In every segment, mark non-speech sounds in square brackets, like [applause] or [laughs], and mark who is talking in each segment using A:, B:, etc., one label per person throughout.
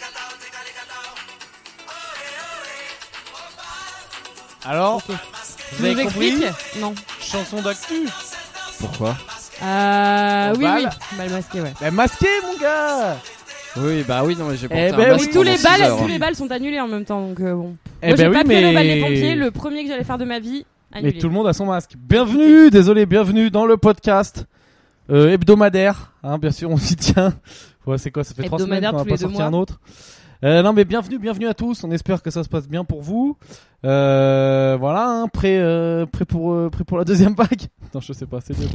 A: Oh.
B: Alors,
C: Je
B: vous avez
C: vous explique
B: compris
C: Non.
B: Chanson d'actu
A: Pourquoi
C: Euh,
A: Ah
B: En
C: oui, oui.
B: balle
C: Balle masquée, ouais.
B: Bah masqué mon gars
A: Oui, bah oui, non, mais j'ai porté
B: Eh
A: un
B: ben
A: masque
B: oui.
C: Tous les,
A: pendant six
C: balles,
A: heures.
C: tous les balles sont annulées en même temps, donc euh, bon.
B: Eh ben
C: Moi, j'ai
B: oui,
C: pas
B: mais...
C: fait le bal des pompiers, le premier que j'allais faire de ma vie, annulé.
B: Mais tout le monde a son masque. Bienvenue, désolé, bienvenue dans le podcast euh, hebdomadaire. Hein, bien sûr, on s'y tient. Ouais, c'est quoi Ça fait trois semaines
C: Hebdomadaire
B: qu'on va
C: tous
B: pas
C: les deux
B: sorti
C: mois.
B: un autre. Euh, non, mais bienvenue, bienvenue à tous. On espère que ça se passe bien pour vous. Euh, voilà, hein, prêt, euh, prêt pour, euh, prêt pour la deuxième vague. [laughs] Non, je sais pas, c'est nul.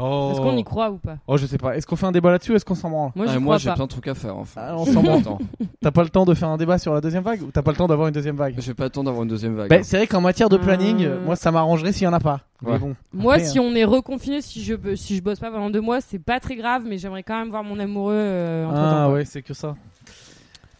B: Oh.
C: Est-ce qu'on y croit ou pas
B: Oh, je sais pas. Est-ce qu'on fait un débat là-dessus ou Est-ce qu'on s'en branle
C: Moi,
A: Ah,
C: j'y
A: mais
C: crois
A: moi, j'ai
C: pas.
A: plein de trucs à faire. Enfin,
B: Ah, on
A: J'ai
B: s'en
A: [laughs] pas
B: branle.
A: le temps.
B: T'as pas le temps de faire un débat sur la deuxième vague ou t'as pas le temps d'avoir une deuxième vague
A: J'ai pas le temps d'avoir une deuxième vague.
B: Ben, c'est vrai qu'en matière de planning,
C: Euh.
B: moi, ça m'arrangerait s'il y en a pas. Mais
A: Ouais.
B: bon.
C: Moi,
B: Après, hein.
C: si on est reconfiné, si je peux- si je bosse pas pendant deux mois, c'est pas très grave, mais j'aimerais quand même voir mon amoureux. euh, entre-temps,
B: Ah
C: quoi.
B: ouais, c'est que ça.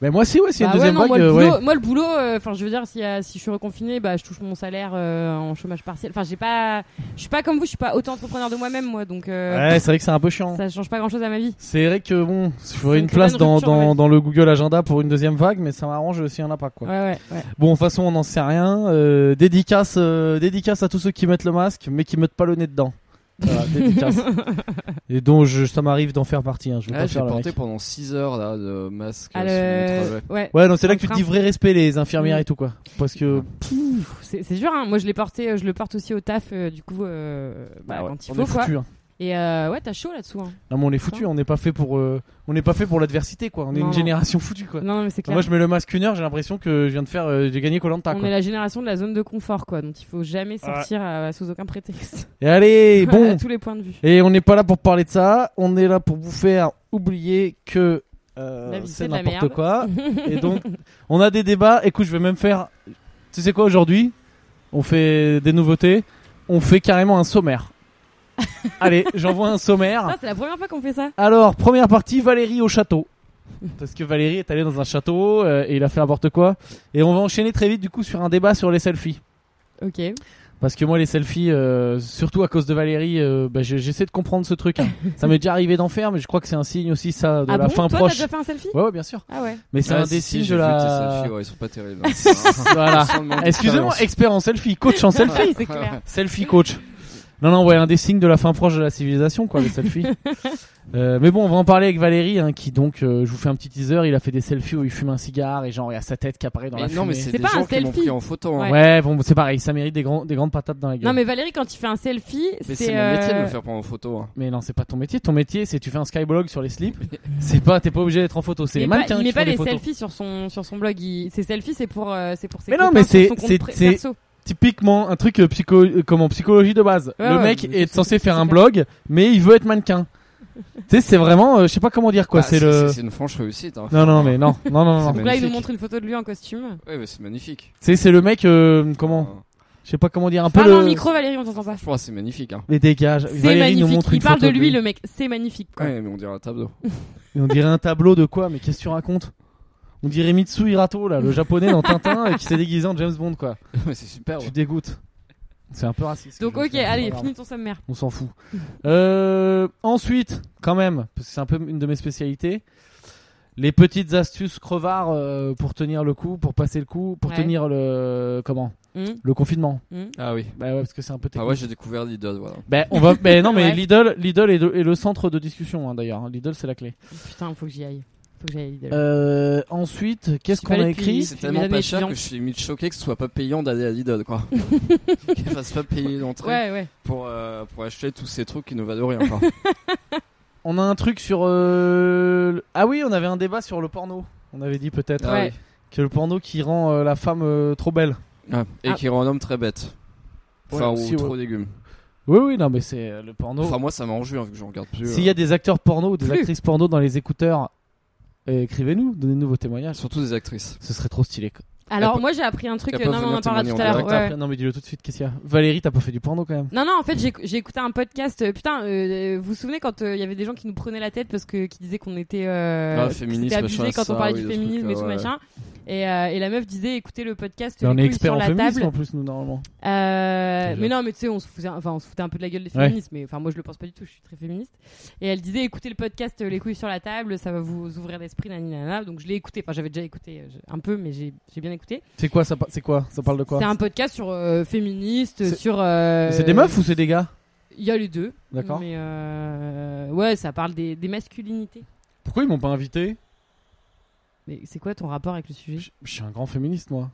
B: Mais moi aussi, ouais, c'est
C: Bah
B: une
C: ouais,
B: deuxième
C: non,
B: vague.
C: moi, le
B: euh,
C: boulot,
B: ouais.
C: moi, le boulot, euh, enfin, je veux dire, si, euh, si je suis reconfiné, bah, je touche mon salaire euh, en chômage partiel. Enfin, j'ai pas, je suis pas comme vous, je suis pas auto entrepreneur de moi-même, moi, donc euh,
B: Ouais, c'est vrai que c'est un peu chiant.
C: ça change pas grand-chose à ma vie.
B: C'est vrai que bon, je ferais
C: C'est
B: une
C: une
B: place
C: certaine
B: dans,
C: rupture,
B: dans,
C: ouais.
B: dans le Google Agenda pour une deuxième vague, mais ça m'arrange euh, s'il y en a pas quoi.
C: Ouais, ouais, ouais.
B: Bon, de toute façon, on n'en sait rien. Euh, dédicace, euh, dédicace à tous ceux qui mettent le masque, mais qui mettent pas le nez dedans.
C: [laughs]
B: Voilà, dédicace. Et dont je, ça m'arrive d'en faire partie. Hein. Je vais
A: Ah,
B: pas
A: j'ai
B: faire le
A: porté
B: mec.
A: pendant 6 heures là, de masque euh,
C: Ah, le-
A: sur mon trajet.
C: ouais.
B: Ouais, non, c'est là
C: En
B: que tu te
C: train.
B: dis vrai respect les infirmières
C: Mm.
B: et tout quoi. Parce que
C: Pff, C'est c'est dur, hein. Moi, je l'ai porté, euh, je le porte aussi au taf, euh, du coup, euh, bah,
B: bah ouais,
C: quand il
B: on
C: faut,
B: est
C: quoi.
B: foutu. Hein.
C: Et euh, ouais, t'as chaud là-dessous. hein.
B: Non, mais on est foutu. On n'est pas fait pour, euh, on n'est pas fait pour l'adversité quoi. On est
C: Non,
B: une
C: non.
B: génération foutue quoi.
C: Non, non, mais c'est clair.
B: Ah, Moi, je mets le masque une heure, j'ai l'impression que je viens de faire, euh, j'ai gagné Colanta.
C: On est la génération de la zone de confort, quoi. Donc il faut jamais sortir euh, sous aucun prétexte.
B: Et
C: [laughs]
B: allez,
C: à
B: bon.
C: tous les points de vue.
B: Et on n'est pas là pour parler de ça. On est là pour vous faire oublier que euh,
C: La vie,
B: c'est
C: c'est de la
B: n'importe
C: merde.
B: quoi.
C: [laughs]
B: et donc, on a des débats. Écoute, je vais même faire. Tu sais quoi aujourd'hui On fait des nouveautés. On fait carrément un
C: [laughs]
B: sommaire. allez, j'envoie un sommaire.
C: Ah, c'est la première fois qu'on fait ça.
B: Alors, première partie, Valérie au château. Parce que Valérie est allée dans un château euh, et il a fait n'importe quoi. Et on va enchaîner très vite du coup sur un débat sur les selfies.
C: Ok.
B: Parce que moi, les selfies, euh, surtout à cause de Valérie, euh, bah, j'ai- j'essaie de comprendre ce truc. hein.
C: [laughs]
B: ça m'est déjà arrivé d'en faire, mais je crois que c'est un signe aussi, ça, de
C: ah
B: la
C: bon
B: fin
C: Toi,
B: proche.
C: t'as déjà fait un selfie
B: Ouais, ouais, bien sûr.
C: Ah ouais.
B: Mais c'est
A: Ah,
B: un
A: si,
B: des
A: si,
B: signes
A: j'ai
B: de
A: vu tes
B: la.
A: selfies, ouais, ils sont pas
C: [laughs]
A: terribles. hein. Ça
B: voilà.
A: ressemble à
B: Excusez-moi,
A: mon [laughs] expérience. Ah,
B: expert en selfie, coach
A: [laughs]
B: en selfie.
C: c'est clair.
B: selfie coach. Non, non, ouais, un des signes de la fin proche de la civilisation, quoi, les
C: [laughs]
B: selfies. Euh, mais bon, on va en parler avec Valérie, hein, qui donc, euh, je vous fais un petit teaser, il a fait des selfies où il fume un cigare et genre, il y a sa tête qui apparaît dans
A: Mais
B: la
A: non, mais
B: fumée.
A: c'est
C: C'est
A: des
C: pas un
A: gens qui m'ont
C: selfie.
A: pris en photo. hein.
C: Ouais.
B: Ouais, bon, c'est pareil, ça mérite des, grands, des grandes patates dans la gueule.
C: Non mais Valérie, quand tu fais un selfie,
A: Mais
C: c'est.
A: c'est mon métier de
C: euh,
A: me faire prendre en photo. hein.
B: Mais non, c'est pas ton métier. Ton métier, c'est tu fais un skyblog sur les
C: [laughs]
B: slips. C'est pas, t'es pas obligé d'être en photo. C'est
C: il
B: les
C: met pas-
B: mannequins
C: il
B: qui
C: met
B: font
C: pas
B: des
C: les
B: photos.
C: selfies sur son sur son blog. Il- Ses selfies, c'est pour euh, c'est pour ses.
B: Mais non,
C: copains
B: mais
C: sur
B: c'est-
C: son compte
B: c'est-
C: pré-
B: c'est-
C: perso.
B: Typiquement, un truc euh, psycho, euh, comment psychologie de base.
C: Ouais,
B: le
C: ouais,
B: mec
C: mais
B: est
C: c'est-
B: censé
C: c'est
B: faire un
C: clair.
B: blog, mais il veut être mannequin. tu sais, c'est vraiment, euh, je sais pas comment dire quoi.
A: Bah,
B: c'est le.
A: C'est une franche réussite. hein.
B: Non, non, mais non, non, non, non.
A: C'est
B: non.
C: Donc là, il nous
A: magnifique.
C: montre une photo de lui en costume.
A: Ouais, mais c'est magnifique.
B: Tu sais, c'est le mec, euh, comment,
A: Enfin,
B: je sais pas comment dire, un peu
C: Parle dans
B: le.
C: le micro, Valérie, on t'entend pas.
A: Je crois que c'est magnifique. hein.
B: Les dégage.
C: C'est
B: Valérie nous
C: magnifique.
B: montre
C: Il
B: une
C: parle de
B: photo
C: lui, le mec. C'est magnifique. quoi.
A: Ouais, mais on dirait un tableau. [laughs]
B: Et on dirait un tableau de quoi Mais qu'est-ce que tu racontes On dirait Mitsu Hirato là, le japonais dans Tintin et qui s'est déguisé en James Bond quoi.
A: mais c'est super.
B: Tu
A: Ah ouais.
B: dégoûtes. C'est un peu raciste.
C: Donc
B: ce que je
C: ok,
B: veux dire.
C: allez,
B: Voilà.
C: finis ton sommaire.
B: On s'en fout. Euh, ensuite, quand même, parce que c'est un peu une de mes spécialités, les petites astuces crevards euh, pour tenir le coup, pour passer le coup, pour
C: Ouais.
B: tenir le comment
A: Hmm.
C: Hum,
B: Le confinement.
C: hum.
A: Ah oui.
B: Bah ouais, parce que c'est un peu
A: Ah
B: technique.
A: ouais, j'ai découvert Lidl, voilà.
B: Ben, on va. ben non, mais
C: Ouais.
B: Lidl, Lidl est, de- est le centre de discussion hein, d'ailleurs. Lidl, c'est la clé.
C: Putain, faut que j'y aille. Faut que j'y aille. Lidl.
B: Euh, ensuite, qu'est-ce
C: Je suis
B: qu'on
C: pas
B: a
C: allée
B: écrit
C: depuis-
A: C'est
C: puis
A: tellement
C: mesdames
A: pas
C: et
A: cher
C: clients.
A: que je suis mis choqué que ce soit pas payant d'aller à Lidl, quoi. Qu'ils fassent pas payer l'entrée
C: Ouais, ouais.
A: pour, euh, pour acheter tous ces trucs qui ne valent rien, quoi.
B: On a un truc sur. euh, le- Ah oui, on avait un débat sur le porno. On avait dit peut-être euh,
A: Ah
C: Ouais.
A: oui.
B: que le porno qui rend euh, la femme euh, trop belle.
A: Ah, Et
C: Ah.
A: qui rend l'homme très bête.
B: Ouais,
A: Enfin, ou
B: aussi, ouais.
A: trop légumes.
B: Oui, oui, non, mais c'est euh, le porno.
A: Enfin, moi, ça m'enjue, hein, vu que je regarde plus.
B: S'il y a des acteurs porno ou des
C: Plus.
B: actrices porno dans les écouteurs, euh, écrivez-nous, donnez-nous vos
A: euh,
B: témoignages.
A: Surtout des actrices.
B: Ce serait trop stylé. quoi.
C: Alors
A: peut-
C: moi, j'ai appris un truc.
A: elle
C: euh,
A: peut
C: Non, mais on
A: venir
C: en parlera
A: témoigner en
C: tout à l'heure.
A: direct
C: Ouais, ouais.
B: Après- Non, mais dis-le tout de suite, qu'est-ce qu'il y a Valérie, t'as pas fait du porno quand même
C: Non, non, en fait, j'ai j'ai écouté un podcast. euh, putain, euh, vous vous souvenez quand euh, il y avait des gens qui nous prenaient la tête parce que qui disaient qu'on était, euh,
A: Ah,
C: que
A: féministe,
C: c'était abusé
A: machin,
C: quand
A: ça,
C: on parlait
A: oui,
C: du
A: des
C: féminisme
A: trucs,
C: et tout
A: euh, ouais.
C: machin. Et, euh, et la meuf disait écoutez le podcast
B: Mais on
C: les
B: est
C: couilles sur
B: experts en
C: la
B: féminisme
C: table.
B: en plus, nous, normalement.
C: Euh,
B: Déjà.
C: mais non, mais tu sais, on se foutait, enfin, on se foutait un peu de la gueule des
B: Ouais.
C: féministes, mais enfin, moi, je le pense pas du tout. Je suis très féministe. Et elle disait, écoutez le podcast euh, Les couilles sur la table, ça va vous ouvrir l'esprit, nani, nana. Donc, je l'ai écouté. Enfin, j'avais déjà écouté euh, je- un peu, mais j'ai j'ai bien écouté.
B: C'est quoi ça par- C'est quoi Ça parle de quoi
C: C'est un podcast sur euh, féministe,
B: C'est-
C: sur. euh,
B: C'est des meufs ou c'est des gars
C: Il y a les deux.
B: D'accord.
C: Mais euh, ouais, ça parle des, des masculinités.
B: Pourquoi ils m'ont pas invité
C: Mais c'est quoi ton rapport avec le sujet
B: je, je suis un grand féministe, moi.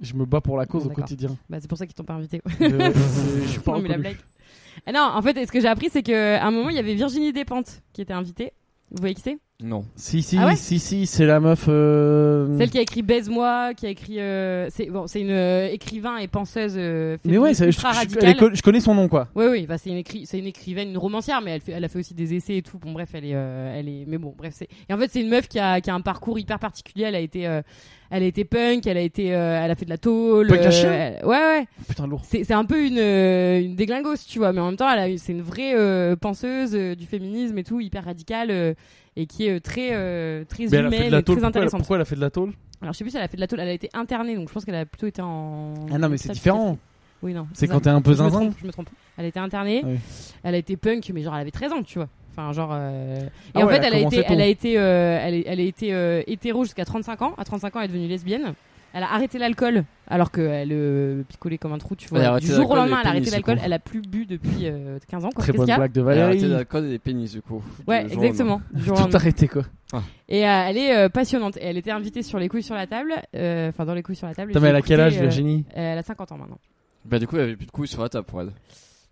B: Je me bats pour la cause
C: Bon,
B: au
C: d'accord. [laughs]
B: quotidien.
C: Bah, c'est pour ça qu'ils t'ont pas invité. [laughs]
B: Euh, je suis pas
C: Non, mais la
B: reconnu.
C: blague. Ah non, en fait, ce que j'ai appris, c'est qu'à un moment, il y avait Virginie Despentes qui était invitée. Vous voyez qui c'est
A: Non.
B: Si, si,
C: Ah ouais
B: si, si, c'est la meuf. euh,
C: Celle qui a écrit Baise-moi, qui a écrit. euh, c'est bon, c'est une euh, écrivain et penseuse euh,
B: Mais ouais,
C: féministe
B: ça- je,
C: ultra
B: je-
C: radicale.
B: elle est con- je connais son nom, quoi.
C: Ouais, ouais, bah, c'est une, écri- c'est une écrivaine, une romancière, mais elle, fait- elle a fait aussi des essais et tout. Bon, bref, elle est, euh, elle est, mais bon, bref, c'est. Et en fait, c'est une meuf qui a, qui a un parcours hyper particulier. Elle a été, euh, elle a été punk, elle a été, euh, elle a fait de la tôle.
B: Punk à
C: euh,
B: chien
C: elle- Ouais, ouais.
B: Putain, lourd.
C: C'est, c'est un peu une, euh, une déglingos, tu vois, mais en même temps, elle a, eu- c'est une vraie euh, penseuse euh, du féminisme et tout, hyper radicale euh, et qui est euh, très, euh, très
B: Mais elle a fait
C: humaine
B: de la tôle.
C: et très
B: Pourquoi elle,
C: intéressante.
B: pourquoi elle a fait de la tôle
C: Alors je sais plus si elle a fait de la tôle, elle a été internée, donc je pense qu'elle a plutôt été en.
B: Ah non, mais c'est différent.
C: Oui, non.
B: C'est quand t'es un peu
C: Je me
B: zinzin.
C: trompe, je me trompe. Elle a été internée,
B: Ah oui.
C: elle a été punk, mais genre elle avait 13 ans, tu vois. Enfin, genre. euh, Et
B: Ah
C: en
B: ouais, elle
C: fait,
B: a
C: elle a, été,
B: commencé tôt.
C: elle a été, euh, elle est- elle a été euh, hétéro jusqu'à 35 ans. À 35 ans, elle est devenue lesbienne. Elle a arrêté l'alcool, alors qu'elle euh, picolait comme un trou, tu
A: Elle a
C: vois.
A: arrêté
C: Du jour au
A: l'alcool et
C: lendemain,
A: les
C: elle a arrêté
A: pénis,
C: l'alcool.
A: du coup.
C: Elle a plus bu depuis euh, 15 ans. quoi. euh,
B: Très
C: Qu'est-ce
B: bonne
C: qu'il y a
B: blague de
A: Elle a arrêté
B: Valérie.
A: l'alcool et les pénis, du coup. Du
C: Ouais,
A: jour au lendemain.
C: exactement. Du jour au
B: Tout
C: lendemain.
B: arrêté, quoi.
C: Et euh, elle est euh, passionnante. Et elle était invitée sur les couilles sur la table. euh, Enfin, dans les couilles sur la table.
B: Putain,
C: Et
B: mais
C: j'ai
B: elle a quel âge,
C: écouté, euh,
B: Virginie
C: Elle a 50 ans maintenant.
A: Bah, du coup, il y avait plus de couilles sur la table pour elle.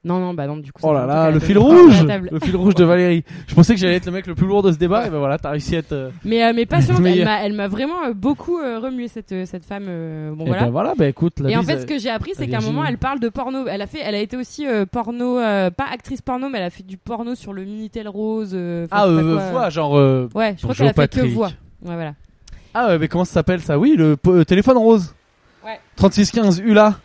C: Non, non, bah non, du coup. ça
B: Oh
C: fait
B: là
C: un peu
B: là,
C: la
B: le
C: table.
B: fil
C: Ça fait la
B: rouge
C: table.
B: Le fil rouge de Valérie. Je pensais que j'allais être le mec le plus lourd de ce débat, et ben voilà, t'as réussi à être. euh,
C: Mais, euh, mais
B: [laughs]
C: patiente,
B: Mais-
C: elle m'a- elle m'a vraiment euh, beaucoup euh, remué cette, euh, cette femme. euh, bon,
B: Et
C: voilà.
B: ben voilà, bah écoute, la
C: et en
B: bise,
C: fait, ce que j'ai appris, c'est qu'à un
B: Virginie.
C: moment, elle parle de porno. Elle a fait, elle a été aussi euh, porno, euh, pas actrice porno, mais elle a fait du porno sur le minitel rose. euh, enfin,
B: Ah,
C: je sais pas
B: euh,
C: quoi.
B: voix, genre. euh,
C: Ouais, je crois
B: Bonjour,
C: qu'elle a fait que
B: Patrick.
C: voix. Ouais, voilà.
B: Ah, ouais, mais comment ça s'appelle ça Oui, le po- euh, téléphone rose.
C: Ouais.
B: 3615 ULA.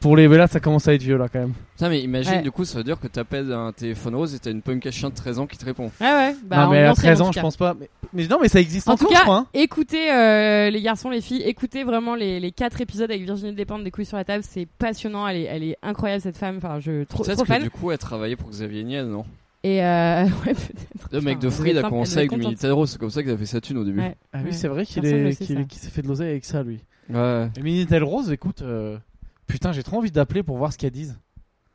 B: Pour les. Mais là, ça commence à être vieux, là, quand même.
A: Putain, mais imagine,
C: Ouais.
A: du coup, ça veut dire que t'appelles un téléphone rose et t'as une punk à chien de 13 ans qui te répond.
C: Ouais, ouais. Bah,
B: non,
C: on
B: mais
C: l'en
B: à
C: sait,
B: 13
C: en
B: ans,
C: tout
B: je
C: cas.
B: pense pas. Mais, mais non, mais ça existe
C: En tout
B: encore,
C: cas,
B: je crois. hein.
C: écoutez euh, les garçons, les filles, écoutez vraiment les, les quatre épisodes avec Virginie Despentes des couilles sur la table, c'est passionnant, elle est, elle est incroyable cette femme, enfin je trop,
A: Peut-être
C: trop
A: que
C: fan.
A: du coup, elle travaillait pour Xavier Niel, non
C: Et euh, [laughs] ouais, peut-être.
A: Le mec
C: Putain,
A: de
C: elle doit
A: Free, il
C: être
A: a
C: sympa,
A: commencé
C: elle
A: avec
C: doit
A: du
C: être contente.
A: Militaire Rose, c'est comme ça qu'il a fait sa thune au début.
C: Ouais.
B: Ah oui,
C: Ouais.
B: c'est vrai qu'il
C: Personne ne
B: est,
C: le sait,
B: qu'il,
C: ça.
B: qu'il s'est fait de l'oseille avec ça, lui.
A: ouais.
B: Le Minitel Rose, écoute, euh, putain, j'ai trop envie d'appeler pour voir ce qu'elles disent.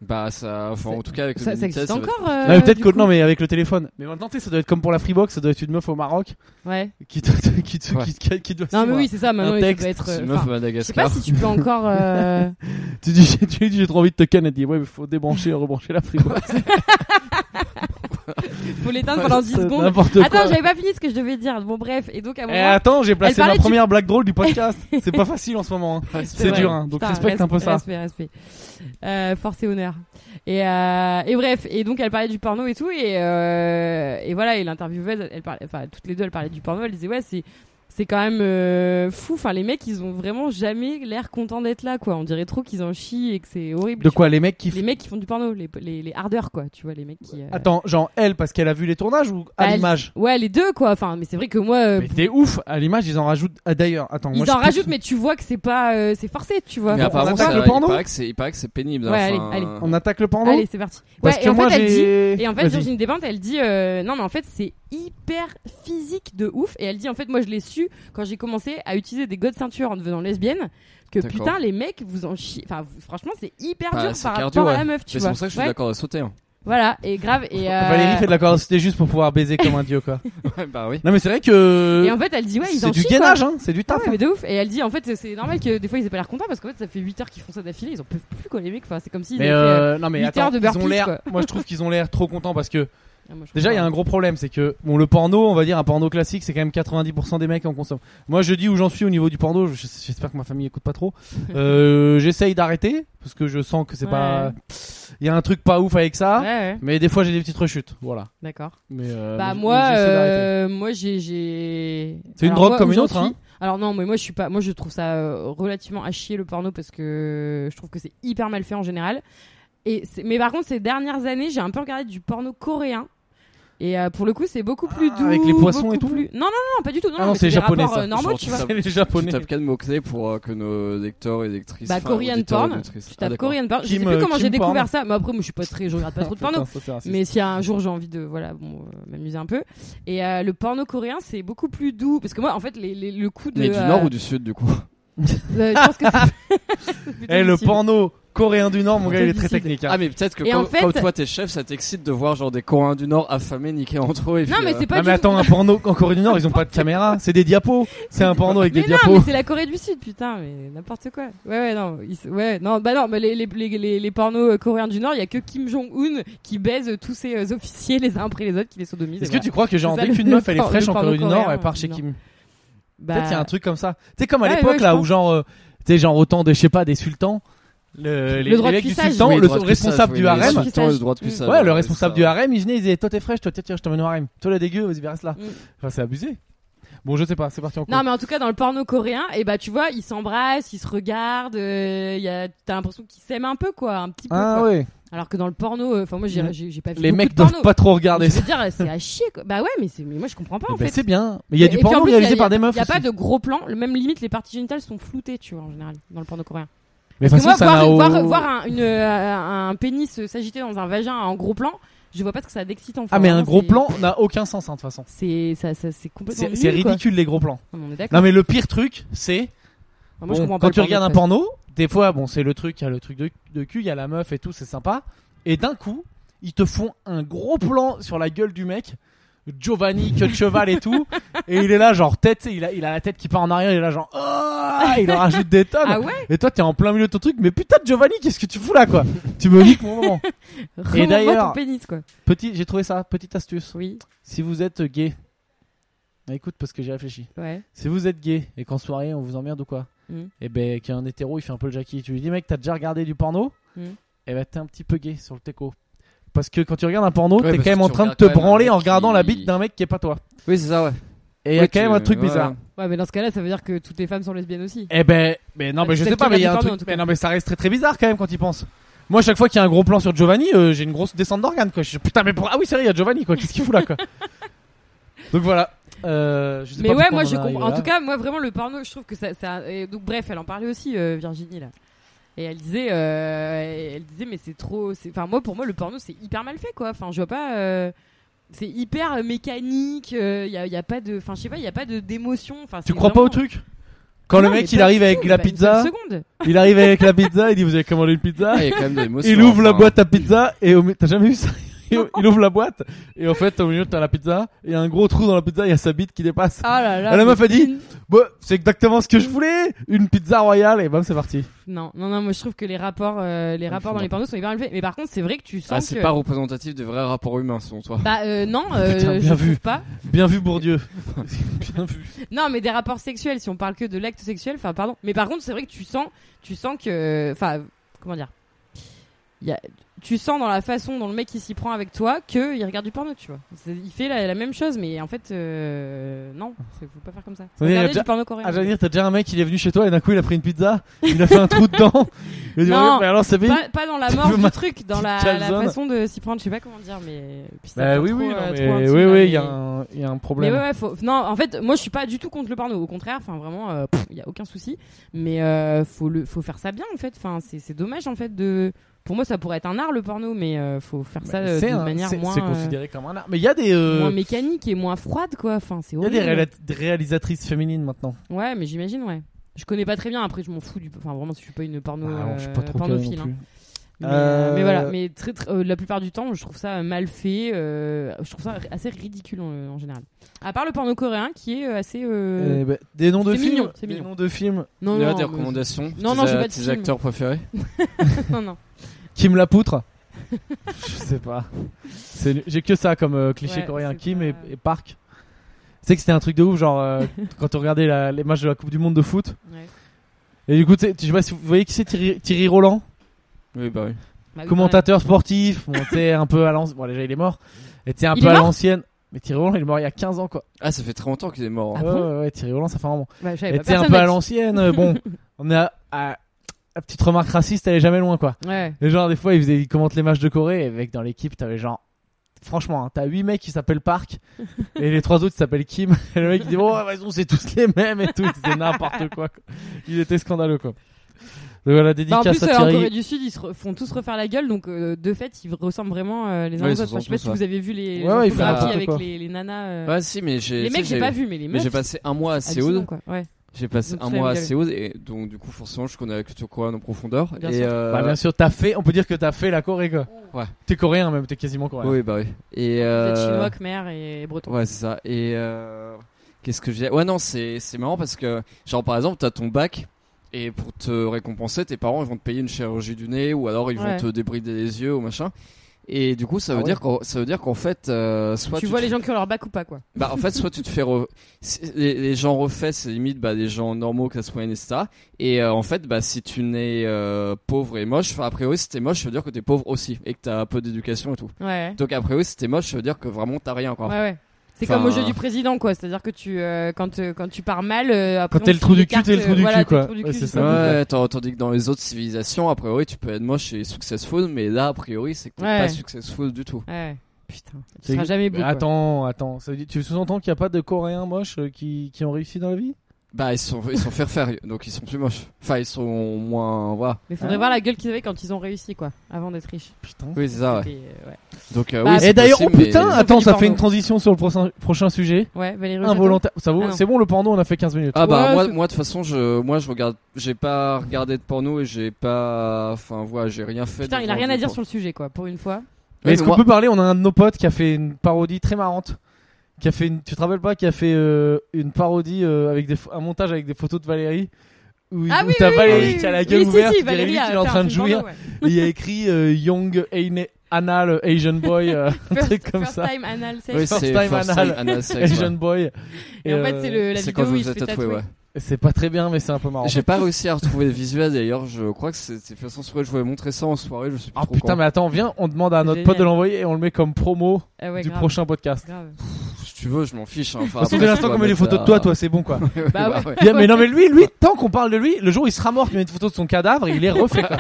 A: Bah, ça. Enfin,
C: Ça-
A: en tout cas, avec
C: Ça,
A: le
C: ça
A: Minitel,
C: existe
A: ça va être-
C: encore
B: non,
C: euh,
B: Ah, mais peut-être
C: du
B: que
C: coup
B: non, mais avec le téléphone. Mais maintenant, tu sais, ça doit être comme pour la Freebox, ça doit être une meuf au Maroc
C: Ouais.
B: qui, doit, qui, te- [laughs]
A: Ouais.
B: qui, qui, qui doit
C: Non, mais
B: suivre
C: oui, c'est ça, maintenant
B: un
C: il
B: texte,
C: doit être.
A: C'est
C: euh,
A: une meuf à
C: enfin, Je sais pas
A: Madagascar.
C: si tu peux encore.
A: [laughs]
C: euh,
B: un- Tu dis, [laughs] j'ai- tu dis, j'ai trop envie de te ken, elle dit, ouais, mais faut débrancher et rebrancher la Freebox.
C: Faut l'éteindre [laughs] pendant 10
B: C'est
C: secondes.
B: N'importe quoi.
C: Attends, j'avais pas fini ce que je devais dire. Bon, bref. Et donc à un
B: Eh,
C: moment.
B: attends, j'ai placé ma
C: Ah, parlait du-
B: première blague drôle du podcast. [laughs] c'est pas facile en ce moment. hein. C'est
C: vrai.
B: dur, hein. donc
C: Putain,
B: respecte un peu
C: res-
B: ça.
C: Respect, respect. Euh, force et honneur. Et, euh, et bref, et donc elle parlait du porno et tout, et, euh, et voilà, et l'intervieweuse, elle parlait, enfin toutes les deux, elles parlaient du porno, elle disait ouais, c'est c'est quand même euh, fou, enfin les mecs, ils ont vraiment jamais l'air contents d'être là, quoi. On dirait trop qu'ils en chient et que c'est horrible.
B: De
C: tu
B: quoi, les mecs qui.
C: vois. Les mecs qui font du porno, les les, les hardeurs, quoi, tu vois, les mecs qui. euh,
B: Attends, genre, elle, parce qu'elle a vu les tournages ou à
C: Bah, elle-
B: l'image
C: Ouais, les deux, quoi. Enfin, mais c'est vrai que moi. euh,
B: Mais t'es ouf, à l'image, ils en rajoutent. Ah, d'ailleurs, attends, moi
C: ils
B: je
C: en
B: suis plus-
C: rajoutent, mais tu vois que c'est pas, euh, c'est forcé, tu vois.
A: Mais
B: on
A: apparemment,
B: attaque
A: ça-
B: le
A: il
B: porno
A: paraît que c'est- il paraît que c'est pénible. hein,
C: Ouais, allez,
A: enfin,
C: allez.
B: On attaque le porno
C: Allez, c'est parti.
B: Parce
C: ouais,
B: que
C: et en
B: moi,
C: fait, elle dit,
B: j'ai.
C: Et en fait,
B: Vas-y.
C: Virginie Despentes, elle dit euh, non, mais en fait, c'est hyper physique de ouf. Et elle dit en fait, moi, je l'ai su quand j'ai commencé à utiliser des godes ceinture en devenant lesbienne. Que
A: D'accord.
C: putain, les mecs vous en chient. Enfin, vous- franchement, c'est hyper
A: Bah,
C: dur
A: c'est
C: par
A: cardio,
C: rapport à
A: ouais.
C: la meuf, tu
A: Mais c'est
C: vois.
A: pour ça que je suis
C: Ouais,
A: d'accord à sauter. hein.
C: Voilà, et grave. Et, euh,
B: Valérie fait de la choralité juste pour pouvoir baiser comme un dieu,
C: [laughs]
B: quoi.
A: Ouais, bah oui.
B: Non, mais c'est vrai que.
C: et en fait, elle dit ouais, ils
B: c'est
C: en
B: du
C: chient. quoi.
B: gainage, hein, c'est du
C: Ah
B: taf.
C: ouais, mais de ouf. Et elle dit en fait, c'est normal que des fois ils aient pas l'air contents parce qu'en fait, ça fait 8 heures qu'ils font ça d'affilée. Ils en peuvent plus, quoi, les mecs. Enfin, c'est comme s'ils
B: Mais
C: avaient fait, euh,
B: euh, non mais
C: huit
B: attends,
C: heures de
B: ils ont
C: burpees,
B: l'air.
C: quoi.
B: [laughs] Moi je trouve qu'ils ont l'air trop contents parce que
C: ah, moi, je
B: déjà il y a
C: comprends
B: un gros problème, c'est que bon le porno, on va dire un porno classique, c'est quand même 90% des mecs en consomment. Moi je dis où j'en suis au niveau du porno. je- J'espère que ma famille écoute pas
C: [laughs]
B: trop. Euh, J'essaye d'arrêter parce que je sens que c'est pas. Il y a un truc pas ouf avec
C: pas.
B: ça.
C: Ouais, ouais,
B: Mais des fois j'ai des petites rechutes, voilà.
C: d'accord.
B: Mais euh,
C: Bah
B: mais
C: moi,
B: j'essaie d'arrêter.
C: euh, moi j'ai, j'ai.
B: C'est une
C: Alors,
B: drogue
C: moi,
B: comme une
C: où j'en
B: autre, hein.
C: suis- Alors non, mais moi je suis pas. Moi je trouve ça euh, relativement à chier le porno parce que je trouve que c'est hyper mal fait en général. Et c'est- mais par contre ces dernières années, j'ai un peu regardé du porno coréen. Et euh, pour le coup, c'est beaucoup plus
B: Ah,
C: doux.
B: avec les poissons
C: beaucoup
B: et tout
C: plus- Non, non, non, pas du tout. Non,
B: Ah
C: non,
B: non,
C: mais
B: c'est
C: des
B: japonais,
C: rapports,
B: ça.
C: euh, normaux,
A: Genre,
C: tu
A: tu
C: vois.
A: tapes-
B: C'est les
A: Tu
B: japonais.
A: tapes quatre mots-clés pour euh, que nos lecteurs et lectrices.
C: Bah,
A: enfin,
C: Korean
A: auditeurs et
C: porn,
A: auditrices-
C: Tu
A: Ah,
C: tapes
A: d'accord.
C: Korean porn. Je sais
B: Kim,
C: plus
B: euh,
C: comment j'ai
B: Kim
C: découvert
B: porn.
C: ça. Mais après, moi, je suis pas très, je regarde pas
B: [laughs]
C: trop de porno.
B: Putain, ça, c'est raciste.
C: Mais si un jour j'ai envie de voilà bon, euh, m'amuser un peu et euh, le porno coréen c'est beaucoup plus doux parce que moi en fait les, les- le coup de
A: Mais du
C: euh,
A: nord ou du sud, du coup
C: euh, je pense que
B: [laughs]
C: c'est- c'est plutôt
B: Eh, le
C: difficile.
B: porno coréen du Nord, mon gars, il est très
C: Difficile.
B: technique. hein.
A: Ah, mais peut-être que
C: Et
A: quand,
C: en fait-
A: quand toi t'es chef, ça t'excite de voir genre des Coréens du Nord affamés, niqués entre eux. Et
C: Non
A: puis,
C: mais
A: euh,
C: c'est pas
B: Ah,
C: du
B: mais attends, un porno en Corée du Nord, ils ont pas de caméra, c'est des diapos. C'est un porno avec
C: mais
B: des
C: non,
B: diapos.
C: mais c'est la Corée du Sud, putain, mais n'importe quoi. Ouais, ouais, non, ils se- ouais, non, bah non, mais les, les, les, les- les pornos euh, coréens du Nord, il y a que Kim Jong-un qui baise tous ses euh, officiers les uns après les autres, qui les sodomise. et
B: Est-ce que
C: voilà.
B: tu crois que genre
C: C'est ça,
B: dès
C: le-
B: qu'une meuf elle est
C: le
B: fraîche en
C: porno
B: Corée du Nord,
C: coréen, hein.
B: elle part chez
C: non.
B: Kim
C: Bah,
B: Peut-être il y a un truc comme ça. Tu sais comme à
C: Ouais,
B: l'époque
C: ouais, je
B: là où
C: pense.
B: genre euh, tu sais genre autant de je sais pas des sultans le, les,
C: Le droit
B: les
C: de
B: mecs du
C: cuissage.
B: sultan,
A: oui,
B: le
A: droit de cuissage,
B: responsable
A: oui,
B: du
A: oui,
B: harem.
A: surtout
C: Cuissage.
A: le droit de
C: Mm.
A: cuissage,
B: Ouais, le
A: oui,
B: responsable
A: ça.
B: du harem, il venait, il disait toi t'es fraîche, toi tiens, tiens, je t'emmène au harem. Toi la dégueu, vas-y, reste là.
C: Mm.
B: Enfin, c'est abusé. Bon, je sais pas, c'est parti en cours.
C: Non mais en tout cas dans le porno coréen, et bah tu vois, ils s'embrassent, ils se regardent, euh, il y a t'as l'impression qu'ils s'aiment un peu quoi, un petit peu.
B: ah
C: quoi.
B: ouais.
C: Alors que dans le porno, euh, enfin moi j'ai
B: Mm.
C: j'ai j'ai pas vu
B: Les
C: beaucoup
B: mecs
C: de
B: doivent
C: porno.
B: pas trop regarder
C: Je
B: ça.
C: veux dire, c'est à chier quoi. Bah ouais, mais c'est mais moi je comprends pas en
B: Eh ben,
C: fait.
B: c'est bien. Mais il y a
C: Et
B: du
C: puis, en
B: porno
C: plus,
B: réalisé
C: y a-
B: par des meufs.
C: Il n'y a pas
B: aussi.
C: de gros plans, le- même limite les parties génitales sont floutées, tu vois, en général, dans le porno coréen.
B: Mais de toute
C: Parce que
B: façon,
C: moi,
B: ça
C: voir,
B: n'a au-
C: voir, voir un, une, euh, un pénis euh, s'agiter dans un vagin en gros plan, je vois pas ce que ça a d'excitant. Enfin,
B: Ah, mais un
C: vraiment,
B: gros
C: c'est-
B: plan n'a aucun sens, hein, de toute façon.
C: C'est ça, ça- c'est complètement.
B: C'est
C: nul,
B: c'est
C: quoi.
B: ridicule les gros plans.
C: Non, mais on est d'accord.
B: Non, mais le pire truc, c'est
C: Enfin, Ah, moi, je
B: Bon,
C: comprends pas
B: quand
C: le
B: tu regardes un
C: porno.
B: porno, des fois, bon, c'est le truc, il y a le truc de, de cul, il y a la meuf et tout, c'est sympa. Et d'un coup, ils te font un gros plan sur la gueule du mec, Giovanni, que de cheval et
C: [laughs]
B: tout. et il est là, genre, tête, tu sais, il a, il a la tête qui part en arrière, il est là, genre, Ah il en rajoute des tonnes.
C: Ah ouais
B: Et toi, t'es en plein milieu de ton truc, mais putain, Giovanni, qu'est-ce que tu fous là,
C: [laughs]
B: quoi Tu me niques mon moment.
C: Remonte-moi
B: d'ailleurs-
C: ton pénis, quoi.
B: Petit, j'ai trouvé ça, petite astuce.
C: Oui,
B: Si vous êtes gay, bah écoute, parce que j'ai réfléchi.
C: ouais.
B: Si vous êtes gay et qu'en soirée on vous emmerde ou quoi,
C: Mm.
B: et ben qu'un hétéro il fait un peu le Jackie, tu lui dis mec t'as déjà regardé du porno
C: Mm.
B: Et ben t'es un petit peu gay sur le teco. Parce que quand tu regardes un porno,
A: Ouais,
B: t'es
A: parce
B: quand même
A: que
B: en
A: tu
B: train de
A: regardes
B: te
A: quand même un
B: branler
A: mec
B: en regardant
A: qui-
B: la bite d'un mec qui est pas toi.
A: Oui, c'est ça, ouais.
B: Et il y a
A: Ouais,
B: quand
A: tu-
B: même un truc
A: ouais.
B: bizarre.
C: Ouais, mais dans ce cas-là, ça veut dire que toutes les femmes sont lesbiennes aussi.
B: Et ben, mais non,
C: Ah,
B: mais je
C: c'est
B: sais
C: le
B: pas,
C: cas
B: mais il y
C: du
B: a un
C: porno,
B: truc.
C: en tout cas.
B: Mais non, mais ça reste très très bizarre quand même quand il pense. Moi, chaque fois qu'il y a un gros plan sur Giovanni, euh, j'ai une grosse descente d'organes quoi. Je suis, putain, mais pour... ah oui, c'est vrai, il y a Giovanni quoi. Qu'est-ce qu'il fout là
C: [laughs]
B: quoi Donc voilà. Euh, je sais
C: Mais
B: pas
C: ouais,
B: pourquoi on
C: moi je
B: en est arrivé
C: comprends. En
B: là.
C: tout cas, moi vraiment le porno, je trouve que ça. ça- et donc bref, elle en parlait aussi euh, Virginie là. Et elle disait, euh, elle disait, mais c'est trop. c'est- Enfin moi, pour moi, le porno c'est hyper mal fait quoi. Enfin je vois pas. euh, c'est hyper euh, mécanique. Il y, a, y a pas de. Enfin je sais pas, il y a pas de d'émotion. Enfin
B: Tu crois pas au truc Quand le mec il arrive avec
C: bah,
B: la pizza,
C: Seconde.
B: Il arrive avec la pizza, il dit vous avez commandé une pizza.
A: Ah, Il y a quand même de l'émotion,
B: [laughs] Il ouvre la
A: enfin.
B: boîte
C: euh,
B: à
C: [laughs]
B: pizza et au mi- t'as jamais vu ça [laughs] Il il ouvre la boîte et en fait au milieu t'as la pizza et un gros trou dans la pizza, il y a sa bite qui dépasse.
C: Ah là là.
B: Ah, la meuf a dit-
C: mais-
B: Bon, c'est exactement ce que je voulais, une pizza royale et bam c'est parti.
C: Non, non, non. Moi je trouve que les rapports, euh, les
A: Ah,
C: rapports
A: je
C: dans les
A: comprends.
C: pornos sont hyper mal faits. Mais par contre, c'est vrai que tu sens
A: Ah, c'est
C: que.
A: pas représentatif des vrais rapports humains, selon toi.
C: Bah euh, non, euh,
B: [laughs] Putain, bien
C: je
B: vu.
C: trouve pas.
B: Bien vu
C: [laughs]
B: Bourdieu. Bien vu.
C: Non, mais des rapports sexuels, si on parle que de l'acte sexuel, enfin, pardon. Mais par contre, c'est vrai que tu sens, tu sens que, enfin, comment dire, Il y a, tu sens dans la façon dont le mec il s'y prend avec toi que il regarde du porno, tu vois. C'est- Il fait la, la même chose, mais en fait, euh, non, c'est- faut pas faire comme ça.
B: veut dire, il y a
C: Regardez
B: déjà-
C: du porno coréen.
B: Ah j'allais dire t'as déjà un mec qui est venu chez toi et d'un coup il a pris une pizza, il a fait un trou
C: [laughs]
B: dedans. Il a dit
C: Non.
B: Ouais, mais alors c'est bien.
C: pas, pas dans la
B: Tu
C: mort
B: peux
C: du
B: ma-
C: truc, dans
B: petite
C: la, la
B: calzone.
C: façon de s'y prendre, je sais pas comment dire, mais. Puis ça
B: Bah
C: devient
B: oui
C: trop,
B: oui, non,
C: euh,
B: mais
C: trop intime,
B: oui
C: là,
B: oui, il y a
C: mais-
B: un il y a un
C: Mais
B: problème.
C: ouais, ouais, faut... non, en fait, moi je suis pas du tout contre le porno, au contraire, enfin vraiment, il y a aucun souci. Mais euh, faut le, faut faire ça bien en fait. Enfin, c'est, c'est dommage en fait de. Pour moi, ça pourrait être un art le porno, mais euh, faut faire ça euh,
B: Bah, C'est
C: d'une
B: un-
C: manière
B: c'est-
C: moins,
B: c'est
C: euh,
B: considéré comme un art. Mais il y a des euh,
C: moins mécanique et moins froide quoi. Enfin, c'est
B: il y a
C: horrible.
B: des réalat- des réalisatrices féminines maintenant.
C: Ouais, mais j'imagine, ouais. Je connais pas très bien. Après, je m'en fous du. Enfin, vraiment, je suis pas une porno,
B: Ah, bon, je suis
C: euh,
B: pas trop calé non
C: pornophile. hein.
B: plus.
C: Mais, euh, mais voilà,
B: Euh,
C: mais très, très- euh, la plupart du temps, je trouve ça mal fait. euh, je trouve ça assez ridicule en, en général. À part le porno coréen, qui est euh, assez. euh,
B: Eh ben, des noms de
C: c'est
B: films,
C: mignon, c'est
B: des
C: mignon.
B: noms de films.
C: Non,
A: Il y a
C: non,
A: des
C: mais-
A: recommandations
C: Non,
A: tes-
C: non, j'ai pas de
A: Tes
C: film.
A: acteurs préférés
C: [laughs] non, non.
B: Kim la poutre. [laughs] je sais pas. C'est nul. J'ai que ça comme euh, cliché
C: Ouais,
B: coréen.
C: c'est
B: Kim
C: pas-
B: et, et Park. Tu sais que c'était un truc de ouf, genre
C: [laughs]
B: euh, quand on regardait la- les matchs de la Coupe du Monde de foot.
C: Ouais.
B: Et du coup, tu sais- je sais pas si vous voyez qui c'est Thierry, Thierry Roland,
A: Oui, bah oui.
C: Bah Ah oui,
B: commentateur sportif, bon, tu sais, un peu à l'ancienne. Bon, déjà il est mort. Et tu sais, un
C: Il
B: peu
C: est
B: à
C: mort
B: l'ancienne. Mais Thierry Roland, il est mort il y a 15 ans quoi.
A: Ah, ça fait très longtemps qu'il est mort. hein.
C: Ah
B: ouais,
C: bon
B: ouais, ouais, Thierry Roland, ça fait un moment.
C: quand même. Bah, je savais
B: Et
C: pas.
B: tu sais, Eh, un
C: Personne
B: peu
C: m'a
B: à
C: dit.
B: l'ancienne. euh, Bon, [laughs] on est à, à- la petite remarque raciste, elle est jamais loin quoi.
C: Ouais.
B: Et genre, des fois, ils, faisaient, ils commentent les matchs de Corée, et mec, dans l'équipe, t'avais genre franchement, hein, t'as 8 mecs qui s'appellent Park [laughs] et les trois autres ils s'appellent Kim. [laughs] Et le mec il dit bon, vas-y, on c'est tous les mêmes et tout. C'était [laughs] n'importe quoi. quoi. Il était scandaleux quoi. Donc voilà,
C: Bah, en
B: dédicace
C: plus,
B: à
C: euh, en
B: Thierry.
C: Corée du Sud, ils se re- font tous refaire la gueule, donc euh, de fait, ils ressemblent vraiment euh, les uns
A: Ouais,
C: aux
A: ils
C: autres.
A: se
C: Enfin, je sais pas
A: ressemblent
C: si
A: tous,
C: vous avez vu les, les
B: Ouais, ouais, ils
A: font
C: photographies
B: n'importe
C: avec
B: quoi.
C: les, les nanas. euh,
A: Ouais, si, mais j'ai.
C: les
A: tu
C: mecs,
A: sais,
C: j'ai pas vu, mais les
A: Mais
C: meufs. Ah,
A: j'ai passé un mois à
C: hallucinant,
A: Séoul.
C: quoi. Ouais.
A: J'ai passé
C: Donc,
A: un
C: c'est la
A: mois à
C: même
A: Séoul et donc du coup forcément je connais la culture coréenne en profondeur.
C: Bien
A: et
C: sûr.
A: euh,
B: Bah, bien sûr, t'as fait, on peut dire que t'as fait la Corée quoi.
A: Ouais.
B: T'es coréen même, t'es quasiment coréen.
A: Oui bah oui. Et
C: Vous
A: euh,
C: êtes chinois, khmer et breton.
A: Ouais, c'est ça. Et euh, qu'est-ce que j'ai Ouais, non, c'est c'est marrant parce que, genre, par exemple, t'as ton bac. Et pour te récompenser, tes parents ils vont te payer une chirurgie du nez ou alors ils vont
C: Ouais.
A: te débrider les yeux ou machin. Et du coup, ça
B: Ah
A: veut
B: ouais.
A: dire qu'en ça veut dire qu'en fait, euh, soit
C: tu
A: tu,
C: vois
A: te-
C: les gens qui ont leur bac ou pas, quoi.
A: bah en fait soit tu te fais re- c'est- les, les gens refaits, c'est limite bah des gens normaux classe moyenne et ça. Et euh, en fait, bah si tu n'es euh, pauvre et moche, enfin a priori si t'es moche, ça veut dire que t'es pauvre aussi et que t'as peu d'éducation et tout.
C: Ouais.
A: Donc a priori si t'es moche, ça veut dire que vraiment t'as rien quoi.
C: Ouais, ouais. C'est
A: Enfin,
C: comme au jeu du président, quoi. C'est-à-dire que tu, euh, quand, euh, quand tu pars mal, euh, après
B: Quand t'es
C: on
B: le
C: te
B: trou
C: file
B: du
C: des
B: cul, t'es le
C: cartes,
B: trou du
C: euh, voilà,
B: cul,
C: t'es le
B: quoi.
C: trou du
B: Ouais,
C: cul,
B: c'est
C: c'est
B: ça.
C: ça.
A: Ouais, tant- tandis que dans les autres civilisations, a priori, tu peux être moche et successful, mais là, a priori, c'est que t'es
C: Ouais.
A: pas successful du tout.
C: Ouais. Putain. Tu
B: C'est-
C: seras jamais beau.
B: Mais
C: quoi.
B: attends, attends. Ça veut dire- tu sous-entends qu'il n'y a pas de coréens moches euh, qui, qui ont réussi dans la vie
A: Bah, ils sont, ils sont faire faire, donc ils sont plus moches. Enfin, ils sont moins, voilà.
C: Mais faudrait voir la gueule qu'ils avaient quand ils ont réussi, quoi. Avant d'être riches.
B: Putain.
A: Oui, c'est ça, ouais.
C: C'était, euh, ouais.
A: Donc, euh,
C: Bah,
A: oui,
C: Et
A: c'est
B: Et d'ailleurs, oh
A: possible, mais-
B: putain, attends,
C: du
B: ça fait
C: porno.
B: une transition sur le prochain, prochain sujet.
C: Ouais, Valérie Rejeton.
B: Involontaire. Ça vaut,
C: Ah non.
B: c'est bon le porno, on a fait 15 minutes.
A: Ah bah
C: Ouais,
A: moi,
C: c'est-
A: moi de toute façon je moi je regarde j'ai pas regardé de porno et j'ai pas enfin voilà j'ai rien fait
C: Putain,
A: de
C: il a
A: genre
C: rien
A: de
C: à dire sur
A: porno.
C: le sujet, quoi, pour une fois.
B: Mais
A: Ouais,
B: est-ce
A: mais
B: qu'on
A: moi-
B: peut parler On a un de nos potes qui a fait une parodie très marrante. Qui a fait une, tu te rappelles pas Qui a fait euh, une parodie euh, avec des, pho- un montage avec des photos de Valérie. Où,
C: Ah
B: où
C: oui,
B: t'as
C: oui,
B: Valérie
C: oui, oui,
B: qui a la
C: oui.
B: gueule
C: Oui, si, si,
B: ouverte, qui
C: Valérie
B: Valérie
C: a
B: qui est en
C: fait un
B: train de
C: film
B: jouir.
C: porno, ouais.
B: Et il y a écrit euh, Young Anal, Anal Asian Boy, euh, un truc
C: [laughs] First-
B: comme
C: first
B: ça.
C: time anal sex.
A: Oui,
B: First
A: c'est
B: time
A: first
B: anal.
A: time anal sex, ouais.
B: Asian Boy.
C: Et en
B: Et,
C: fait, c'est
B: euh,
C: le, la
A: c'est
C: vidéo
A: quand
C: où
A: je
C: il
A: vous
C: se
A: ai
C: fait
A: tatoué
C: tatouer.
A: ouais
B: C'est pas très bien, mais c'est un peu marrant.
A: j'ai pas réussi à retrouver le visuel d'ailleurs je crois que c'est c'est façon soirée je voulais montrer ça en soirée je sais plus
B: Ah
A: trop
B: putain,
A: quand.
B: mais attends, viens, on demande à
C: C'est
B: notre
C: génial.
B: pote de l'envoyer et on le met comme promo
C: Ah ouais,
B: du
C: grave,
B: prochain podcast.
C: grave.
A: si tu veux je m'en fiche hein. Enfin,
B: Parce que dès
A: après, tu
B: l'instant
A: dois
B: qu'on met des
A: mettre
B: photos de
A: la-
B: toi, toi, c'est bon quoi.
A: [laughs] Ouais,
C: Bah
A: bah
C: ouais.
A: ouais.
B: Bien, mais non, mais lui, lui, tant qu'on parle de lui, le jour où il sera mort, tu mets une photo de son cadavre et il est refait quoi.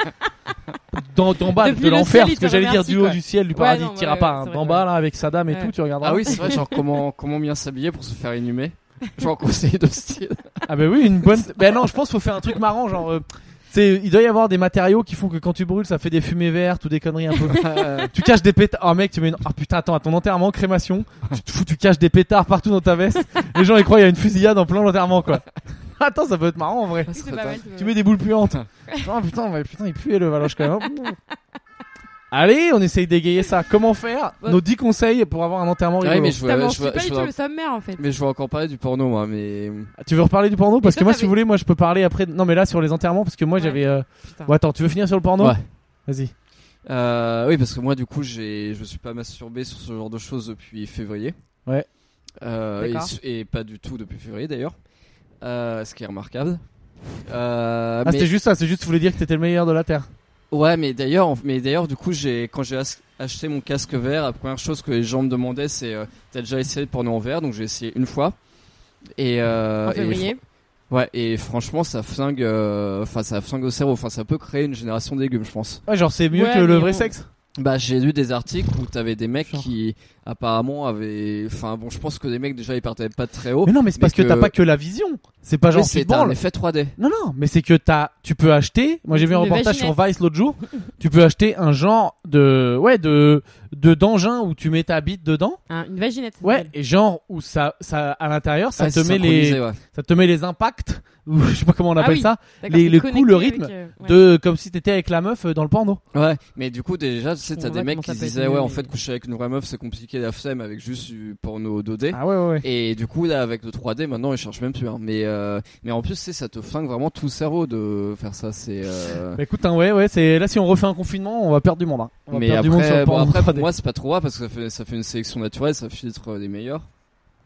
B: Dans, d'en bas,
C: Depuis
B: de
C: le
B: l'enfer,
C: ciel, il
B: parce que
C: te
B: j'allais dire
C: remercie,
B: du haut
C: quoi.
B: du ciel, du
C: Ouais,
B: paradis,
C: non,
B: tu t'iras
C: ouais,
B: pas.
C: ouais,
B: hein.
C: c'est
B: D'en
C: vrai,
B: bas
C: ouais.
B: là, avec Saddam et
C: Ouais.
B: tout, tu regarderas.
A: ah oui c'est vrai genre comment comment bien s'habiller pour se faire inhumer genre conseiller de [laughs] style
B: Ah bah oui, une bonne. ben non, je pense qu'il faut faire un truc marrant, genre. euh, tu sais, il doit y avoir des matériaux qui font que quand tu brûles, ça fait des fumées vertes ou des conneries un peu. tu caches des pétards. Oh mec, tu mets une. Oh putain, attends, à ton enterrement, crémation, tu, te fous- tu caches des pétards partout dans ta veste. Les gens ils croient il y a une fusillade en plein l'enterrement quoi. [laughs] attends, ça peut être marrant en vrai.
C: C'est pas mal. c'est pas
B: Tu
C: mal.
B: mets des boules
C: [laughs]
B: puantes. oh putain, mais putain, il puait le valoche quand même. Oh, Allez, on essaye d'égayer ça. Comment faire
C: Ouais.
B: Nos 10 conseils pour avoir un enterrement
A: Ouais,
B: rigolo.
A: Ah mais je vois-
C: Putain, mais on
A: je
C: suit
A: vois-
C: pas
A: je
C: du tout
A: vois-
C: le sommaire, en fait.
A: mais je vais encore parler du porno moi mais
B: Ah, Tu veux reparler du porno Parce
C: toi,
B: que moi, si
C: t'avais-
B: vous voulez, moi, je peux parler après. Non, mais là, sur les enterrements, parce que moi,
C: Ouais.
B: j'avais. euh,
C: Putain.
B: Bon, attends, tu veux finir sur le porno
A: Ouais. Ah,
B: Vas-y.
A: Euh, oui, parce que moi, du coup, j'ai, je me suis pas masturbé sur ce genre de choses depuis février.
B: Ouais.
A: Euh, et
C: D'accord.
A: su- et, pas du tout depuis février d'ailleurs. Euh, ce qui est remarquable. Euh,
B: Ah,
A: mais-
B: c'était juste ça, c'est juste, tu voulais dire que t'étais le meilleur de la Terre.
A: ouais, mais d'ailleurs, en- mais d'ailleurs, du coup, j'ai, quand j'ai as- acheté mon casque vert, la première chose que les gens me demandaient, c'est, euh, t'as déjà essayé le porno en vert Donc j'ai essayé une fois. Et, euh,
C: En
A: et
C: février.
A: fr- ouais, et franchement, ça flingue, euh, enfin, ça flingue au cerveau. Enfin, ça peut créer une génération d'égumes, je pense.
B: Ouais, genre, c'est mieux
C: Ouais,
B: que le
C: mais
B: vrai
C: bon.
B: sexe.
A: Bah, j'ai lu des articles où t'avais des mecs
B: Genre.
A: qui apparemment avaient. Enfin, bon, je pense que des mecs déjà ils partaient pas de très haut.
B: Mais non, mais c'est parce que,
A: Oh, que-
B: t'as pas que la vision. C'est pas genre,
A: Mais
B: tu te
A: c'est un
B: branles.
A: effet 3D.
B: Non, non, mais c'est que t'as, tu peux acheter. Moi, j'ai vu un
C: Une
B: reportage
C: vaginette.
B: sur Vice l'autre jour. tu peux acheter un genre de, ouais, de, de d'engin où tu mets ta bite dedans.
C: Hein, Une vaginette. ça
B: Ouais,
C: s'appelle.
B: et genre où ça, ça, à l'intérieur, ça
A: Ah,
B: te
A: c'est
B: met
A: synchronisé,
B: les,
A: ouais.
B: ça te met les impacts, [laughs] ou je sais pas comment on
C: Ah
B: appelle
C: oui.
B: ça,
C: D'accord,
B: les-
C: c'est
B: le coup,
C: connecté
B: le
C: avec,
B: rythme
C: euh, ouais.
B: de, comme si t'étais avec la meuf euh, dans le porno.
A: Ouais, mais du coup, déjà, tu sais,
C: On
A: t'as
C: voit
A: des mecs
C: comment ça
A: qui
C: peut être
A: disaient,
C: nul,
A: ouais, en
C: mais-
A: fait, coucher avec une vraie meuf, c'est compliqué la flemme avec juste euh, du porno 2D.
B: Ah ouais, ouais, ouais.
A: Et du coup, là, avec le 3D, maintenant, ils cherchent même plus. Hein. Mais, euh, mais en plus, c'est ça te flingue vraiment tout le cerveau de faire ça. C'est.
C: [laughs]
A: euh,
B: Bah écoute, hein, ouais, ouais, c'est, là, si on refait un confinement, on va perdre du monde, hein. On va
A: Mais
B: perdre
A: après,
B: du monde sur le
A: bon,
B: porno
A: après, pour
B: 3D.
A: moi, c'est pas trop grave parce que ça fait, ça fait une sélection naturelle, ça filtre les meilleurs,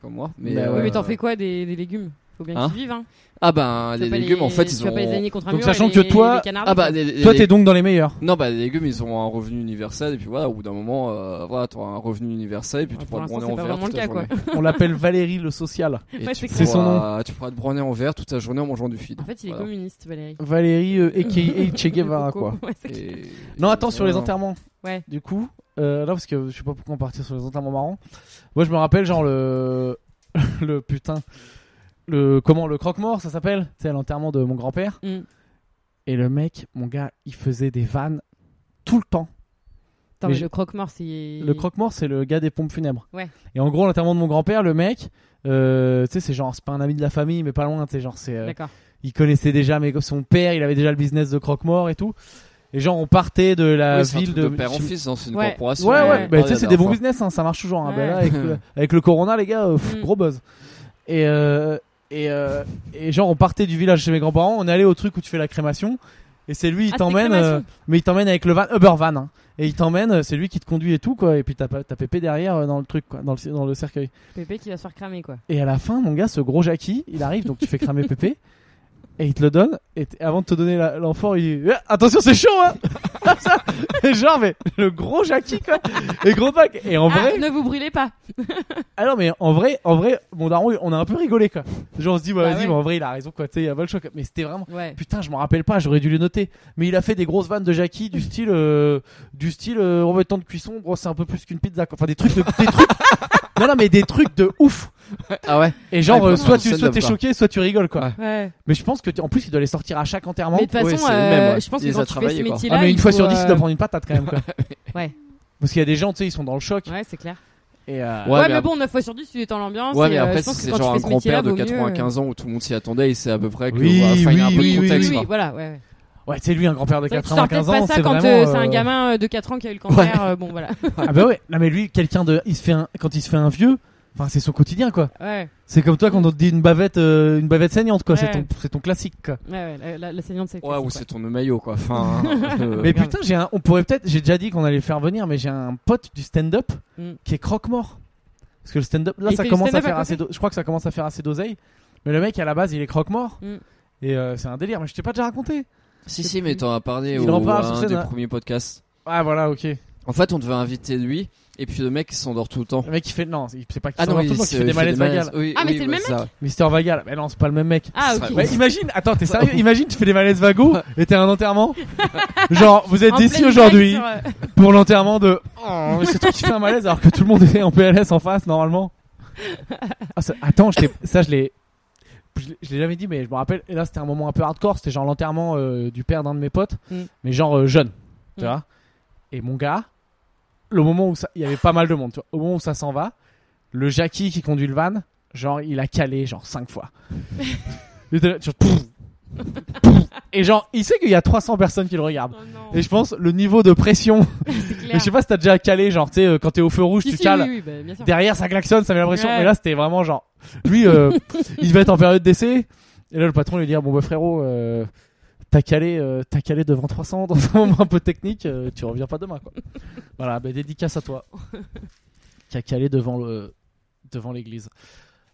A: comme moi. Mais,
B: Bah ouais.
C: Oui, mais t'en
A: euh,
C: fais quoi des des légumes Faut bien
A: Hein
C: qu'ils vivent, hein.
A: Ah ben
C: Tu
A: les
C: vas pas
A: légumes en fait
C: tu
A: ils
C: vas
A: ont
C: pas les aligner contre un
B: Donc,
C: mur et
B: sachant que
C: les-
B: toi-
C: les canards,
A: ah bah
C: quoi.
A: les, les-
B: Toi,
A: les-
B: t'es donc dans les meilleurs.
A: non bah les légumes ils ont un revenu universel et puis voilà au bout d'un moment euh, voilà t'auras un revenu universel et puis
C: Ah,
A: tu
C: pour
A: pourras te bronzer
C: l'instant, c'est
A: en
C: pas
A: vert
C: vraiment
A: toute
C: le
A: la
C: cas, quoi.
A: journée
B: On l'appelle [laughs] Valérie le social.
A: Et
C: Ouais,
A: tu
C: c'est
B: clair. C'est son
A: pourras- tu pourras te bronzer en vert toute la journée en mangeant du fil
C: En fait, il est
A: Voilà.
C: communiste, Valérie.
B: Valérie, euh, aka Che
C: Le [laughs]
B: Guevara,
C: coco.
B: quoi.
C: Ouais, c'est clair.
A: Et-
B: Non,
A: et
B: attends, sur les
A: voilà.
B: enterrements.
C: Ouais.
B: Du coup, euh, là parce que je sais pas pourquoi on partir sur les enterrements marrants. Moi je me rappelle genre le [laughs] le putain le comment le croque-mort ça s'appelle, c'est l'enterrement de mon grand-père
C: Mm.
B: et le mec, mon gars, il faisait des vannes tout le temps.
C: Attends,
B: Mais
C: mais
B: je-
C: le croque-mort, c'est.
B: Le croque-mort, c'est le gars des pompes funèbres.
C: Ouais.
B: Et en gros, l'enterrement de mon grand-père, le mec, euh, tu sais, c'est genre, c'est pas un ami de la famille, mais pas loin, tu sais, genre, c'est. euh,
C: D'accord.
B: il connaissait déjà mais son père, il avait déjà le business de croque-mort et tout. Et genre, on partait de la
A: Oui, c'est un
B: ville
A: truc de
B: de.
A: père en fils Oh dans une
C: Ouais.
B: Ouais,
A: corporation.
B: ouais,
C: Ouais,
A: On en
B: bah, tu sais,
A: parlait
B: c'est
A: la
B: des
A: dernière
B: bons
A: fois.
B: business, hein, ça marche toujours. hein.
C: Ouais.
B: Ben là, avec, le, avec le Corona, les gars, euh, pff,
C: Mm.
B: gros buzz. Et, euh, et, euh, et genre, on partait du village chez mes grands-parents, on allait au truc où tu fais la crémation. Et c'est lui, il
C: Ah,
B: t'emmène,
C: c'était
B: euh, mais il t'emmène avec le van, Uber van, hein. et il t'emmène, euh, c'est lui qui te conduit et tout quoi, et puis t'as pas- t'as pépé derrière euh, dans le truc quoi, dans le, dans le cercueil.
C: Pépé qui va se faire cramer, quoi.
B: Et à la fin, mon gars, ce gros Jackie, il arrive, donc tu fais cramer Pépé, et il te le donne, et t- avant de te donner la- l'enfant, il dit Eh, Attention, c'est chaud, hein Comme ça. Et Genre, mais le gros Jackie, quoi Et gros pack Et en vrai,
C: Ah, ne vous brûlez pas.
B: alors, mais en vrai, en vrai, mon daron, on a un peu rigolé, quoi. Genre, on se dit, bah,
C: Bah
B: vas-y,
C: ouais.
B: mais en vrai, il a raison, quoi, tu sais, il y a pas le choix, quoi. Mais c'était vraiment.
C: Ouais.
B: Putain, je m'en rappelle pas, j'aurais dû le noter. Mais il a fait des grosses vannes de Jackie du style, euh, du style, euh, on met tant de cuisson, bro, c'est un peu plus qu'une pizza. quoi. Enfin, des trucs, de, des
C: [laughs]
B: trucs. Non, non, mais des trucs de ouf.
A: Ah ouais.
B: Et genre,
A: Ouais,
B: euh,
A: franchement,
B: soit tu
A: c'est
B: soit t'es
A: stand-up,
B: choqué, soit tu rigoles quoi.
A: Ouais.
C: Ouais.
B: Mais je pense que tu- en plus, il doit les sortir à chaque enterrement.
C: Mais de toute
A: ouais,
C: façon,
A: c'est le
C: euh,
A: même, ouais.
C: je pense
A: Il les
C: que
A: a
C: quand tu fais
A: travaillés,
C: ce
A: quoi.
C: métier-là.
B: Ah, mais
C: il
B: une fois
C: faut,
B: sur dix,
C: euh,
B: il doit prendre une patate quand même quoi.
C: [laughs] Ouais.
B: Parce qu'il y a des gens, tu sais, ils sont dans le choc.
C: Ouais, c'est clair.
B: Et euh,
A: Ouais,
C: Ouais,
A: mais
C: mais bon, 9 fois sur 10, tu es dans l'ambiance.
A: Ouais,
C: et,
A: mais
C: euh,
A: après,
C: je pense
A: si
C: que
A: c'est
C: quand
A: genre
C: tu
A: un
C: fais ce métier-là,
A: grand-père de
C: vaut mieux, euh,
A: 95 ans où tout le monde s'y attendait, il sait à peu près que.
B: Oui,
A: enfin, il y a un
B: oui,
A: peu
B: oui,
A: de contexte.
C: Oui, oui,
A: quoi.
C: voilà, ouais.
B: ouais, c'est lui un grand-père de
C: C'est vrai que tu sors peut-être
B: 95 ans.
C: pas ça quand
B: vraiment,
C: euh, c'est
B: euh,
C: un gamin euh, de 4 ans qui a eu le cancer. euh, Bon, voilà.
B: Ah bah ouais, non mais lui, quelqu'un de, il se fait un- quand il se fait un vieux, enfin c'est son quotidien quoi.
C: Ouais,
B: C'est comme toi quand on te dit une bavette, euh, une bavette saignante quoi. C'est
C: Ouais.
B: ton, c'est ton classique quoi.
C: ouais, ouais. La, la, la saignante, c'est.
A: Ouais, ou c'est
C: c'est.
A: ton maillot quoi. Enfin. euh,
B: Mais
C: grave.
B: putain, j'ai un, on pourrait peut-être, j'ai déjà dit qu'on allait le faire venir, mais j'ai un pote du stand-up
C: Mm.
B: qui est croque-mort. Parce que le stand-up, là,
C: Il
B: ça
C: fait du
B: commence à
C: stand-up à
B: faire assez, do- je crois que ça commence à faire assez d'oseille. Mais le mec, à la base, il est croque-mort.
C: Mm.
B: Et euh, c'est un délire, mais je t'ai pas déjà raconté.
A: Si, si, mais t'en as parlé
B: Il
A: au
B: en parle sur
A: un
B: scène,
A: des
B: hein.
A: premiers podcasts.
B: Ah voilà, ok. Le
A: En fait, on devait inviter lui, et puis le mec il s'endort tout le temps.
B: mec, il fait, non, il- c'est pas qu'il
A: Ah non,
B: s'endort
A: il,
B: tout le temps,
A: se-
B: qu'il fait des malaises vagales.
A: Oui,
C: Ah, mais
A: oui,
C: c'est le
A: bah,
C: même
A: ça.
B: Mister Vagal, mais non, c'est pas le même
C: [laughs]
B: mec.
C: Ah,
A: Ça
C: ok.
B: Ouais, imagine, attends, t'es sérieux Imagine, tu fais des malaises vagos et t'es à un
C: [laughs]
B: enterrement. Genre, vous êtes
C: En
B: ici
C: pleine
B: aujourd'hui
C: blague sur, euh,
B: pour l'enterrement de. Oh, mais c'est toi qui fais un malaise alors que tout le monde est en PLS en face normalement. Ah, ça- Attends, je t'ai- ça je l'ai. Je l'ai- je l'ai jamais dit, mais je me rappelle. Et là, c'était un moment un peu hardcore. C'était genre l'enterrement euh, du père d'un de mes potes,
C: Mm.
B: mais genre euh, jeune, tu
C: Mm.
B: vois. Et mon gars, le moment où ça- il y avait pas mal de monde, tu vois, au moment où ça s'en va, le Jackie qui conduit le van, genre il a calé genre cinq
C: [laughs]
B: fois. Il était là, genre, pouf, pouf. Et genre, il sait qu'il y a 300 personnes qui le regardent.
C: Oh non,
B: Et je pense le niveau de pression
C: c'est clair.
B: mais je sais pas si t'as déjà calé, genre, tu sais, euh, quand t'es au feu rouge,
C: Si,
B: tu
C: si,
B: cales.
C: oui, oui, bah, bien sûr.
B: Derrière, ça klaxonne, ça met la pression.
C: Ouais.
B: Mais là, c'était vraiment genre. Lui,
C: [laughs]
B: euh, il devait être en période d'essai. Et là, le patron lui dit Bon, bah, frérot, euh, t'as calé, euh, t'as calé devant 300 dans un moment un peu technique, euh, tu reviens pas demain, quoi. Voilà, bah, dédicace à
C: [laughs]
B: toi. Qui a calé devant le. Devant l'église.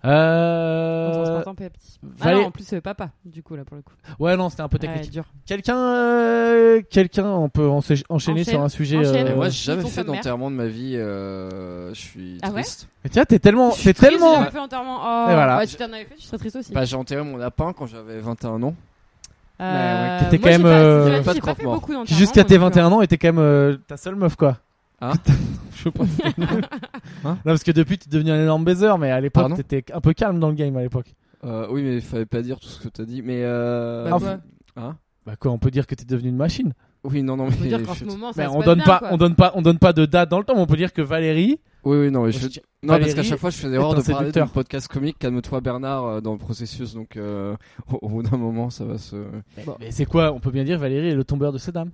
C: En
B: Euh...
C: transportant petit. Ah
B: Valé-
C: non, en plus, euh, papa, du coup, là, pour le coup.
B: Ouais, non, c'était un peu
C: Ouais,
B: technique.
C: dur.
B: Quelqu'un, euh, quelqu'un, on peut enchaîner
C: Enchaîne.
B: sur un sujet.
C: Enchaîne.
B: euh,
A: Mais moi,
C: Euh,
A: j'ai jamais
C: ils sont
A: fait
C: pas de mère.
A: d'enterrement de ma vie. euh, Je suis
C: Ah ouais
A: triste.
B: Mais tiens, t'es tellement, t'es tellement.
C: J'ai jamais fait l'enterrement. Oh,
B: Et voilà.
C: bah, tu t'en avais fait, je serais triste aussi.
A: Bah, j'ai enterré mon lapin quand j'avais 21 ans.
C: Euh,
B: ouais, t'étais
C: moi,
B: quand même,
C: j'ai pas-
B: euh,
C: c'est vrai que
A: pas de
C: j'ai pas fait
A: croque-mort.
C: beaucoup euh,
B: Qui
C: d'enterrements.
B: jusqu'à tes 21 ans était quand même euh, ta seule meuf quoi.
A: Hein
B: [laughs] Je sais pas. c'était nul.
A: [laughs] Hein
B: non parce que depuis t'es devenu un énorme baiser mais à l'époque
A: Pardon
B: t'étais un peu calme dans le game à l'époque.
A: Euh, oui, mais il fallait pas dire tout ce que t'as dit. Mais
C: Bah,
A: euh...
B: Ah,
C: toi,
A: hein
B: Bah quoi on peut dire que t'es devenu une machine.
A: oui, non, non,
C: faut
A: mais
C: dire qu'en
B: [laughs]
C: ce
A: chut.
C: moment, ça
B: Mais
C: se
B: on
C: passe
B: donne
C: bien,
B: pas
C: quoi.
B: on donne pas on donne pas de date dans le temps mais on peut dire que Valérie.
A: Oui, oui, non, mais je...
B: Je-
A: non parce qu'à
B: Valérie
A: chaque fois, je fais
B: est
A: l'erreur
B: un
A: de parler d'un
B: séducteur.
A: podcast comique. Calme-toi, Bernard, euh, dans le processus. Donc, euh, au au bout d'un moment, ça va se.
B: Mais- Mais c'est quoi on peut bien dire Valérie est le tombeur de ces
C: [laughs]
B: dames.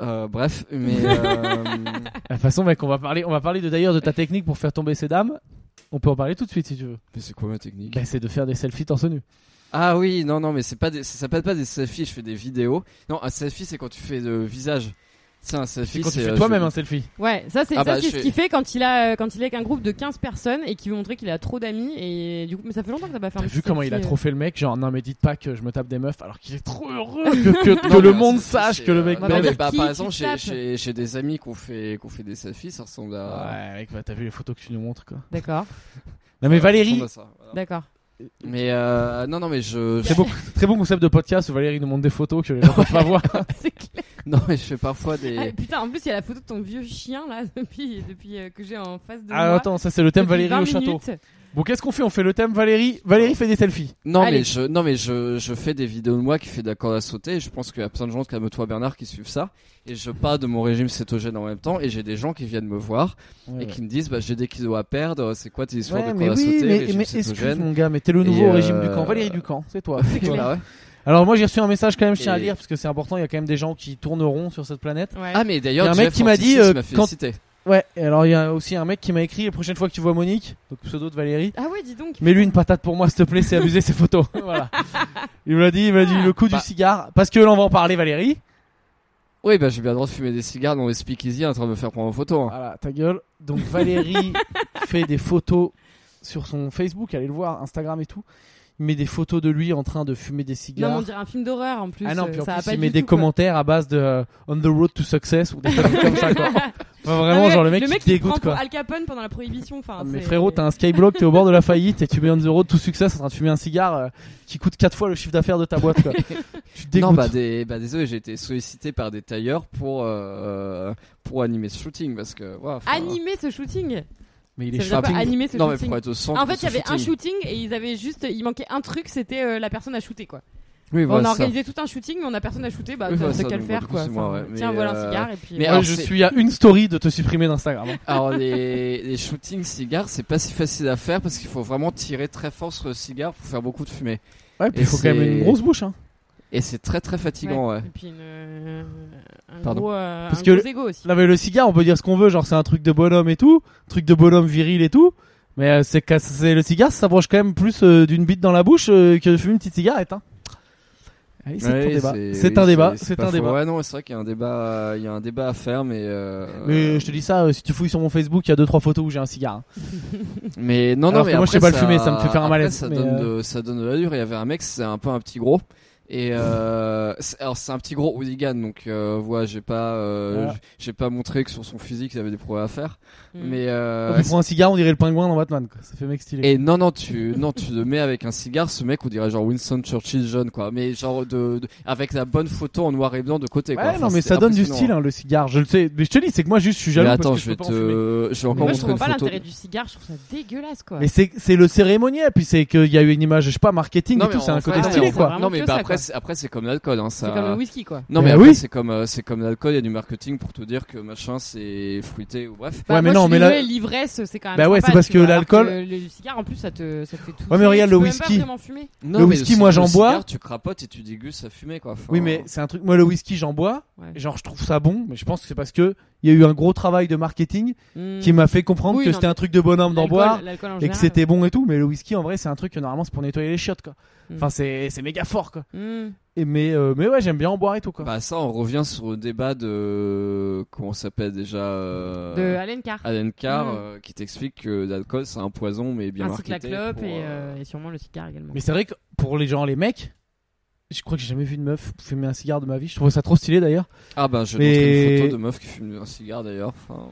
A: Euh, bref, mais
B: [laughs]
A: euh,
B: De toute façon mec on va parler on va parler de d'ailleurs de ta technique pour faire tomber ces dames. On peut en parler tout de suite si tu veux.
A: mais c'est quoi ma technique
B: Bah, c'est de faire des selfies torse nu.
A: Ah oui, non, non, mais c'est pas des... ça s'appelle pas des selfies. Je fais des vidéos. Non, un selfie, c'est quand tu fais le visage. C'est un selfie.
B: C'est quand tu
A: c'est,
B: fais
A: euh,
B: toi-même
A: je-
B: un selfie.
C: Ouais, ça c'est
A: Ah
C: ça,
A: bah,
C: c'est
A: je
C: ce
A: fais-
C: qu'il fait quand il a euh, quand il est avec un groupe de 15 personnes et qu'il veut montrer qu'il a trop d'amis et du coup mais ça fait longtemps que t'as pas fait un
B: T'as
C: petit
B: vu comment il
C: selfie,
B: a
C: euh.
B: trop fait le mec genre non mais dites pas que je me tape des meufs alors qu'il est trop
C: [laughs]
B: heureux que, que- que
A: Non,
B: le
A: mais
B: monde
A: un selfie,
B: sache
A: c'est,
B: que le
A: euh,
B: mec
A: non,
C: m'aime.
A: mais bah,
C: Qui-
A: par
C: qui
A: exemple, j'ai-
C: tape
A: j'ai j'ai des amis qu'on fait qu'on fait des selfies. Ça ressemble à.
B: Ouais, mec, bah, t'as vu les photos que tu nous montres quoi.
C: D'accord,
B: Non mais
A: ça
B: Valérie,
A: ressemble à ça, voilà.
C: d'accord. [laughs]
A: Mais euh, non, non, mais je.
B: très bon, très bon concept de podcast où Valérie nous montre des photos que les gens peuvent pas voir.
C: C'est clair.
A: [laughs] Non, mais je fais parfois
C: Ah,
A: des.
C: putain, en plus, il y a la photo de ton vieux chien là [laughs] depuis, depuis euh, que j'ai en face
B: [laughs]
C: de
B: Ah,
C: moi.
B: attends, ça c'est le thème
C: Depuis
B: Valérie
C: 20
B: au château.
C: minutes.
B: [laughs] Bon, qu'est-ce qu'on fait On fait le thème Valérie. Valérie fait des selfies.
A: Non,
C: Allez.
A: mais je, non, mais je, je fais des vidéos de moi qui fait de la corde à sauter. Et je pense qu'il y a plein de gens comme toi, Bernard, qui suivent ça. Et je parle de mon régime cétogène en même temps. Et j'ai des gens qui viennent me voir et qui me disent, bah, j'ai des kilos à perdre. C'est quoi tes histoires
B: Ouais,
A: de
B: mais
A: corde à
B: oui,
A: sauter,
B: mais,
A: régime
B: mais excuse
A: cétogène
B: mon gars, mais t'es le nouveau
A: Et, euh,
B: régime du camp. Valérie du camp, c'est toi. c'est toi.
A: Ah ouais.
B: [laughs] Alors moi j'ai reçu un message quand même, je tiens à
A: Et-
B: lire parce que c'est important. Il y a quand même des gens qui tourneront sur cette planète.
C: Ouais.
A: Ah, mais
B: Il
A: d'ailleurs,
B: y a un mec
A: Jeff
B: qui m'a dit,
A: 46
B: euh,
A: m'a
B: quand-
A: félicité.
B: Ouais. Et alors il y a aussi un mec qui m'a écrit la prochaine fois que tu vois Monique, donc pseudo de Valérie.
C: Ah ouais, dis donc.
B: Mets-lui une patate pour moi, s'il te plaît, c'est abusé ces photos. [laughs] voilà. Il me l'a dit, il m'a dit le coup
A: Bah.
B: du cigare. Parce que là, on va en parler, Valérie.
A: Oui, bah, j'ai bien le droit de fumer des cigares dans les speakeasy en train de me faire prendre en photo. hein.
B: Voilà, ta gueule. Donc, [laughs] Valérie fait des photos sur son Facebook, allez le voir, Instagram et tout. Il met des photos de lui en train de fumer des
C: Non, mais
B: cigares.
C: on dirait un film d'horreur en plus.
B: ah non,
C: euh,
B: puis en
C: ça va
B: plus,
C: pas
B: il
C: du
B: met des
C: tout, quoi.
B: commentaires à base de euh, On the road to success ou des trucs comme ça, quoi.
C: [laughs]
B: Enfin, vraiment,
C: Ah, mais
B: genre le mec,
C: le
B: qui
C: mec
B: te
C: il se
B: dégoûte,
C: prend pour
B: quoi.
C: Al Capone pendant la prohibition. Enfin,
B: Ah, mais
C: c'est-
B: frérot, t'as un skyblock, t'es au bord de la faillite et tu mets on the road to success en train de fumer un cigare euh, qui coûte 4 fois le chiffre d'affaires de ta boîte,
C: [laughs]
B: quoi. tu te dégoûtes.
A: Non, bah, des, bah, désolé, j'ai été sollicité par des tailleurs pour, euh, pour animer ce shooting parce que, voilà, enfin,
C: Animer ce shooting.
B: Mais il est
C: Ça veut dire
B: shopping.
C: pas animer ce
A: Non, mais
C: shooting. Ah,
A: pour être au centre.
C: En fait,
A: de
C: il
A: ce
C: y avait un
A: shooting.
C: shooting et ils avaient juste, il manquait un truc, c'était euh, la personne à shooter quoi.
A: Oui,
C: on
A: voilà,
C: a
A: ça.
C: organisé tout un shooting, mais on a personne à shooter, bah
A: Oui,
C: t'as
A: voilà,
C: t'as
A: ça,
C: qu'à le
A: donc,
C: faire
A: du coup,
C: quoi.
A: c'est moi,
C: Enfin,
A: ouais.
C: Tiens,
A: Mais,
C: voilà
A: euh,
C: un cigare et puis.
A: mais
C: euh,
B: Ouais,
A: alors,
B: je
A: c'est-
B: suis à une story de te supprimer d'Instagram.
A: [laughs]
B: hein.
A: Alors les, les shootings cigares, c'est pas si facile à faire parce qu'il faut vraiment tirer très fort sur le cigare pour faire beaucoup de fumée.
B: Ouais, puis
A: Et
B: il faut quand même
A: c'est-
B: une grosse bouche. Hein.
A: Et c'est très très fatigant, ouais.
C: Et puis une, euh, un
A: Pardon.
C: gros, euh,
B: Parce
C: un
B: que
C: gros ego aussi.
B: Là, mais le cigare, on peut dire ce qu'on veut, genre c'est un truc de bonhomme et tout, truc de bonhomme viril et tout. Mais euh, c'est qu'à- c'est le cigare, ça s'approche quand même plus euh, d'une bite dans la bouche euh, que de fumer une petite cigarette. Hein. Allez, c'est
A: Ouais,
B: un débat.
A: oui,
B: C'est un débat. C'est
A: pas
B: un
A: faux.
B: débat.
A: Ouais, non, c'est vrai qu'il y a un débat, il y a un débat à faire, mais. euh,
B: Mais je te dis ça, euh, si tu fouilles sur mon Facebook, il y a deux trois photos où j'ai un cigare. hein.
A: Mais non,
B: Alors
A: non, mais
B: que moi, je sais
A: après,
B: pas le fumer, ça me fait faire un
A: après,
B: malaise,
A: Ça
B: mais,
A: donne, de, ça donne de l'allure. Il y avait un mec, c'est un peu un petit gros. Et euh, c'est- alors c'est un petit gros hooligan, donc euh, voilà, j'ai pas, euh,
B: Voilà.
A: j'ai- j'ai pas montré que sur son physique, il avait des problèmes à faire.
C: Mm.
A: Mais euh,
B: Quand tu prends un cigare, on dirait le pingouin dans Batman. Quoi. Ça fait mec stylé.
A: Et non, non, tu, non, tu le mets avec un cigare, ce mec, on dirait genre Winston Churchill jeune, quoi. Mais genre de, de- avec la bonne photo en noir et blanc de côté,
B: ouais,
A: quoi. Enfin,
B: non, mais
A: c'est
B: ça donne du style
A: impressionnant.
B: hein, le cigare. Je le sais. Mais je te dis, c'est que moi juste, je suis
A: Mais
B: jaloux.
A: attends,
B: parce que
A: je vais
B: peux pas en fumer.
A: te, je vais
B: Mais
A: encore
C: Moi, je
A: montrer
C: comprends
A: une
C: pas
A: photo.
C: l'intérêt du cigare, je trouve ça dégueulasse quoi.
B: Mais c'est c'est le cérémoniel, puis c'est qu'il y a eu une image, je sais pas, marketing et
A: mais
B: tout, c'est
A: en
B: un côté
A: vrai,
C: c'est-
B: stylé
C: c'est
B: quoi.
C: vraiment
A: Non, mais
C: que
A: bah,
C: ça,
A: après,
C: quoi.
A: c'est, après, c'est comme l'alcool, hein,
C: C'est
A: ça.
C: comme le whisky quoi.
A: Non, mais
B: Mais
A: après,
B: oui.
A: c'est comme, euh, c'est comme l'alcool, il y a du marketing pour te dire que machin, c'est fruité ou bref.
B: Ouais, mais
C: moi,
B: non,
C: je suis
B: mais là-
C: désolée, l'ivresse, c'est quand même.
B: Bah ouais,
C: sympa,
B: c'est parce
C: tu
B: que
C: vois, alors
B: l'alcool-
C: que Le le cigare, en plus, ça te, ça te fait tout.
B: mais regarde, le whisky.
A: Non,
B: Le
A: mais
B: whisky, moi,
A: c'est- le
B: j'en bois.
A: cigare, Tu crapotes et tu dégustes ça fumée, quoi. Enfin,
B: Oui, mais c'est un truc. Moi, le whisky, j'en bois.
C: Ouais.
B: Genre, je trouve ça bon, mais je pense que c'est parce que il y a eu un gros travail de marketing
C: Hmm.
B: qui m'a fait comprendre
C: Mm. Oui,
B: que
C: non,
B: c'était
C: mais
B: un truc de bonhomme d'en boire et que c'était bon et tout. Mais le whisky, en vrai, c'est un truc que normalement c'est pour nettoyer les chiottes, quoi.
C: Mm.
B: Enfin, c'est c'est méga fort, quoi.
C: Hmm.
B: Et mais euh, mais ouais, j'aime bien en boire et tout, quoi.
A: Bah, ça, on revient sur le débat de. Comment ça s'appelle déjà euh,
C: De Allen Carr.
A: Alan Carr
C: Mm.
A: euh, qui t'explique que l'alcool c'est un poison mais bien
C: Ainsi que la
A: marketé.
C: clope
A: pour,
C: et,
A: euh,
C: euh, et sûrement le cigare également.
B: Mais c'est vrai que pour les gens, les mecs. Je crois que j'ai jamais vu une meuf fumer un cigare de ma vie. Je trouve ça trop stylé d'ailleurs.
A: Ah ben je
B: Mais-
A: montrais une photo de meuf qui fume un cigare d'ailleurs. Enfin,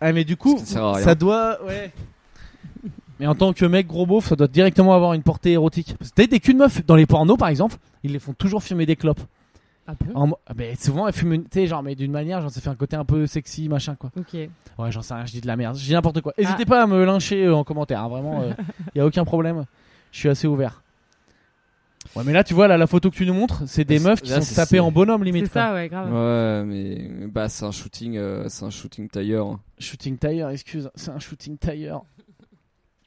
B: Ah mais du coup,
A: Parce que ça sert à rien.
B: ça doit ouais. mais en tant que mec gros beauf, ça doit directement avoir une portée érotique. Parce que Dès, dès qu'une meuf dans les pornos par exemple, ils les font toujours fumer des clopes.
A: Mmh.
C: Ah bon
B: En mo- ah, ben, souvent elle fume une- tu sais genre mais d'une manière genre ça fait un côté un peu sexy machin quoi.
A: Mmh.
C: Ok.
B: Ouais, j'en sais rien, je dis de la merde, je dis n'importe quoi. N'hésitez
A: Ah.
B: pas à me lyncher euh, en commentaire, hein, vraiment
A: [laughs]
B: il y a aucun problème. Je suis assez ouvert. Ouais, mais là tu vois là la photo que tu nous montres, c'est des
A: Là,
B: meufs
A: c'est-
B: qui
A: Bah, là,
B: sont
A: c'est-
B: tapées en bonhomme
C: C'est
B: limite quoi.
C: ça, Ah ouais, grave.
A: Ouais mais bah c'est un shooting euh, c'est un shooting tailleur. hein.
B: Shooting tire, excuse, c'est un shooting tire.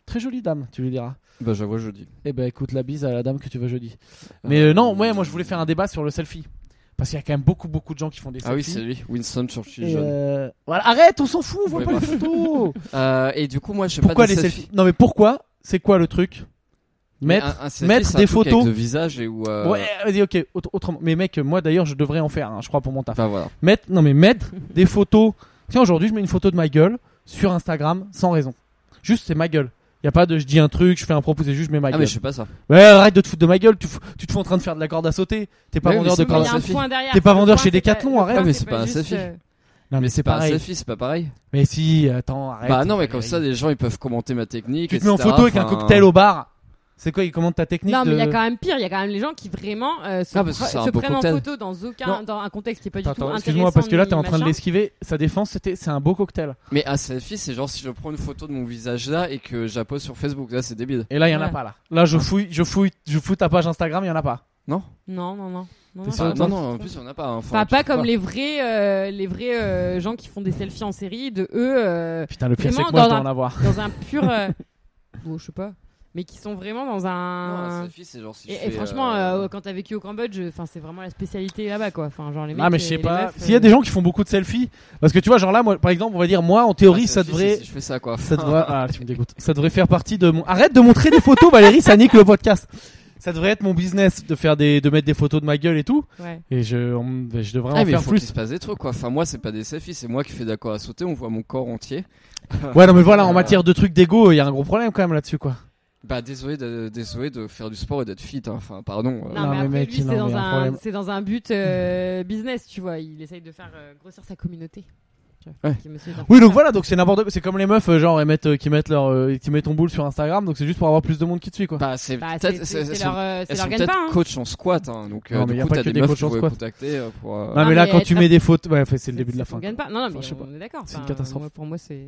B: Très jolie dame, tu lui diras.
A: Bah j'avoue je dis.
B: Eh ben écoute la bise à la dame que tu vas jeudi. Mais euh, non, ouais, moi je voulais faire un débat sur le selfie. Parce qu'il y a quand même beaucoup beaucoup de gens qui font des
A: Ah oui
B: selfies.
A: c'est lui Winston Churchill
B: Et,
A: jeune. bah. Euh...
B: euh, voilà, arrête, on s'en fout, on voit
A: Ouais,
B: pas les
A: [laughs]
B: photos.
A: Euh, et du coup moi je sais
B: pourquoi
A: pas des
B: les selfies Non mais pourquoi C'est quoi le truc
A: Mais
B: Mettre
A: un- un selfie,
B: mettre
A: c'est un
B: des
A: truc avec
B: photos.
A: de visage et ou euh,
B: Ouais, vas-y, OK, autre- autrement. Mais mec, moi d'ailleurs, je devrais en faire hein, je crois pour mon taf.
A: Enfin voilà. Ah,
B: Mettre non mais
A: [laughs]
B: mettre des photos. Tiens, aujourd'hui, je mets une photo de ma gueule sur Instagram sans raison. Juste c'est ma gueule. Y a pas de je dis un truc, je fais un propos, c'est juste je mets ma
A: Ah
B: gueule.
A: mais je sais pas ça.
B: Ouais, arrête de te foutre de ma gueule, tu, fous- tu te fous en train de faire de la corde à sauter. T'es pas
A: Mais oui,
B: vendeur de
A: mais c'est
C: Mais
B: corde à
A: pas
C: il y a
B: sauter.
C: un
A: selfie.
C: point derrière.
B: T'es pas
C: Le
B: vendeur
C: point,
B: chez
C: c'est pas-
B: Decathlon,
C: le
B: arrête.
C: point,
A: Mais c'est pas un
C: juste,
A: selfie.
C: euh,
B: Non,
A: Mais c'est pas un
B: pareil.
A: selfie c'est pas pareil.
B: Mais si, attends, arrête.
A: Bah non mais comme ça les gens ils peuvent commenter ma technique.
B: Tu te mets en
A: etc.,
B: photo avec un
A: enfin,
B: cocktail au bar. C'est quoi Ils commandent ta technique
C: Non, mais il y a
B: de-
C: quand même pire, il y a quand même les gens qui vraiment euh, se,
A: Ah, parce que
C: pre-
A: c'est un
C: se
A: beau
C: prennent en
A: cocktail.
C: photo dans, aucun,
B: Non.
C: dans un contexte qui est pas du
B: Attends,
C: tout
B: attends,
C: intéressant.
B: excuse-moi parce que là t'es en train de
C: ni
B: l'esquiver. Sa défense, c'était, c'est un beau cocktail.
A: Mais à selfie, c'est genre si je prends une photo de mon visage là et que je la pose sur Facebook, là c'est débile.
B: Et là, il y en a
C: Ouais.
B: pas là. Là, je fouille, je fouille, je fouille ta page Instagram, il y en a pas.
A: Non
C: machin. Non, non, non. non,
B: T'es
C: non,
B: sûr
A: Bah,
B: autant
A: Non,
B: que
A: non, en plus on n'a pas. hein. Enfin,
C: Enfin, pas
A: tu peux
C: comme les vrais, euh, les vrais euh, gens qui font des selfies en série, de eux euh,
B: Putain, le pire c'est
C: Vraiment,
B: que moi je
C: dans
B: dois
C: un-
B: en avoir.
C: dans un pur. euh, bon, je sais pas. Mais qui sont vraiment dans
A: Non, un
C: un.
A: selfie, c'est genre si
C: et,
A: je fais,
C: et franchement,
A: euh,
C: euh, quand t'as vécu au Cambodge, enfin, c'est vraiment la spécialité là-bas, quoi. Enfin, genre les mecs.
B: Ah mais je
C: et
B: sais
C: les
B: pas.
C: meufs,
B: S'il y a
C: euh,
B: des gens qui font beaucoup de selfies, parce que tu vois, genre là, moi, par exemple, on va dire, moi, en théorie,
A: un
B: ça
A: selfie,
B: devrait,
A: c'est Si je fais ça quoi.
B: ça devrait, ah, tu me dégoûtes. Ça devrait faire partie de mon. Arrête de montrer des photos, Valérie, ça nique le podcast. Ça devrait être mon business de faire des, de mettre des photos de ma gueule et tout.
C: ouais.
B: Et je, on- ben, je devrais
A: Ah
B: en
A: mais il
B: faire
A: faut qu'il
B: plus.
A: se passe des trucs quoi. Enfin moi c'est pas des selfies, c'est moi qui fais d'accord à sauter, on voit mon corps entier.
B: Ouais, non mais voilà, en
A: Euh,
B: matière de trucs d'ego, il y a un gros problème quand même là-dessus, quoi.
A: Bah désolé de, désolé de faire du sport et d'être fit, hein. enfin pardon. euh.
C: Non,
B: Non,
C: mais,
B: mais
C: après,
B: mec,
C: lui,
B: il en
C: c'est dans,
B: met un
C: un,
B: problème.
C: c'est dans un but euh, business, tu vois. Il essaye de faire euh, grossir sa communauté. Tu vois,
A: Ouais.
C: qui me suit un peu.
B: Oui, donc voilà, donc c'est n'importe quoi. C'est comme les meufs, euh, genre, elles mettent, euh, qui mettent leur, euh, qui mettent ton boule sur Instagram, donc c'est juste pour avoir plus de monde qui te suit, quoi.
A: Bah c'est
C: Bah,
A: peut-être...
C: c'est, c'est,
A: c'est-
C: c'est leur, euh, c'est
A: Elles
C: leur
A: sont
C: gagne
A: peut-être coach en squat, hein. donc euh,
B: Non, mais
A: du
B: y a
A: coup
B: pas
A: t'as
B: que
A: des
B: des
A: meufs
B: coachs
A: qui
B: en
A: pourraient
B: squat.
A: contacter euh, pour. euh,
B: non, mais, là,
C: mais
B: quand
C: être
B: tu mets des fautes, ouais, enfin, c'est le début de la fin.
C: Gagne pas. Non, non, mais
B: Enfin, je sais pas.
C: on est d'accord.
B: C'est une
C: Enfin,
B: catastrophe. Mm.
C: moi, pour moi, c'est,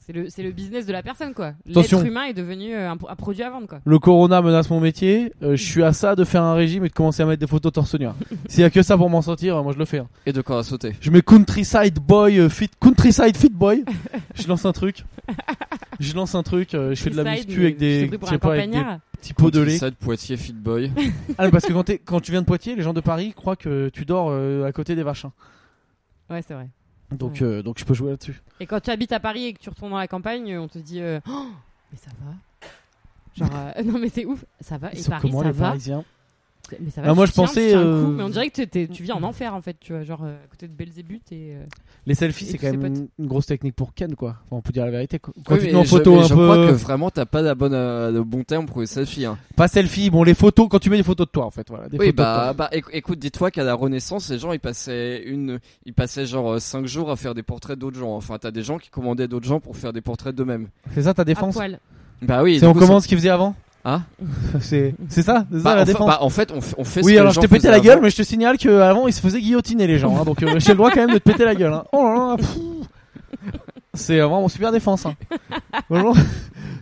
C: c'est, le, c'est le business de la personne, quoi.
B: Attention.
C: L'être humain est devenu euh, un, pro- un produit à vendre, quoi.
B: Le corona menace mon métier, euh, je suis à ça de faire un régime et de commencer à mettre des photos torse nu. hein. S'il y a que ça pour m'en sortir, euh, moi je le fais. hein.
A: Et de corps à sauter.
B: Je mets countryside boy, euh, fit, countryside fit boy. Je lance un truc. Je lance un truc, euh, je fais de la
C: Freeside,
B: muscu
C: mais
B: avec des,
C: je suis pris pour
B: je sais
C: un
B: pas, avec des
C: campagnard.
B: petits pots de lait.
A: Ça de Poitiers, fit boy.
B: Ah, parce que quand, t'es- quand tu viens de Poitiers, les gens de Paris croient que tu dors euh, à côté des vachins.
C: Ouais, c'est vrai.
B: Donc,
C: Ouais.
B: euh, donc je peux jouer là-dessus.
C: Et quand tu habites à Paris et que tu retournes dans la campagne, on te dit euh, Oh, mais ça va. Genre, euh, [laughs] non, mais c'est ouf, ça va.
B: Ils
C: Et
B: sont
C: Paris,
B: comment
C: ça
B: les
C: va.
B: Parisiens
C: Mais ça
B: va,
C: va.
B: Ah, moi, tu je tiens, tu pensais, tiens le coup, euh,
C: mais on dirait que t'es- tu vis en enfer en fait, tu vois, genre euh, à côté de Belzébuth et. euh,
B: Les selfies,
C: Et
B: c'est
C: tous
B: quand
C: ses
B: même
C: potes.
B: une, une grosse technique pour Ken, quoi. Enfin, on peut dire la vérité. quoi. Quand
A: Oui,
B: tu
A: mais
B: te mets en
A: je-
B: photo
A: mais
B: un
A: je
B: peu, euh,
A: crois que vraiment t'as pas la bonne, euh, le bon terme pour les selfies. hein.
B: pas selfie, bon, les photos, quand tu mets des photos de toi, en fait, voilà. Des
A: Oui
B: photos
A: bah,
B: de toi.
A: bah éc- écoute, dis-toi qu'à la Renaissance, les gens ils passaient une, ils passaient genre 5 jours à faire des portraits d'autres gens. Enfin t'as des gens qui commandaient d'autres gens pour faire des portraits d'eux-mêmes.
B: C'est ça ta
C: à
B: défense
C: poil.
A: Bah oui.
B: C'est
A: du
B: on
A: coup,
B: commence ce qu'ils faisaient avant
A: Hein
B: [laughs] C'est c'est ça C'est
A: c'est-
B: ça
A: Bah,
B: la
A: en fait-
B: défense
A: bah, en fait on, f- on fait. ce
B: Oui,
A: que
B: alors
A: les
B: je
A: gens
B: t'ai pété
A: faisaient
B: la gueule,
A: avant.
B: mais je te signale qu'avant ils se faisaient guillotiner les gens. hein. donc euh, j'ai le droit quand même de te péter la gueule. hein. Oh là là, pfff. c'est euh, vraiment super défense. hein. Vraiment. [laughs]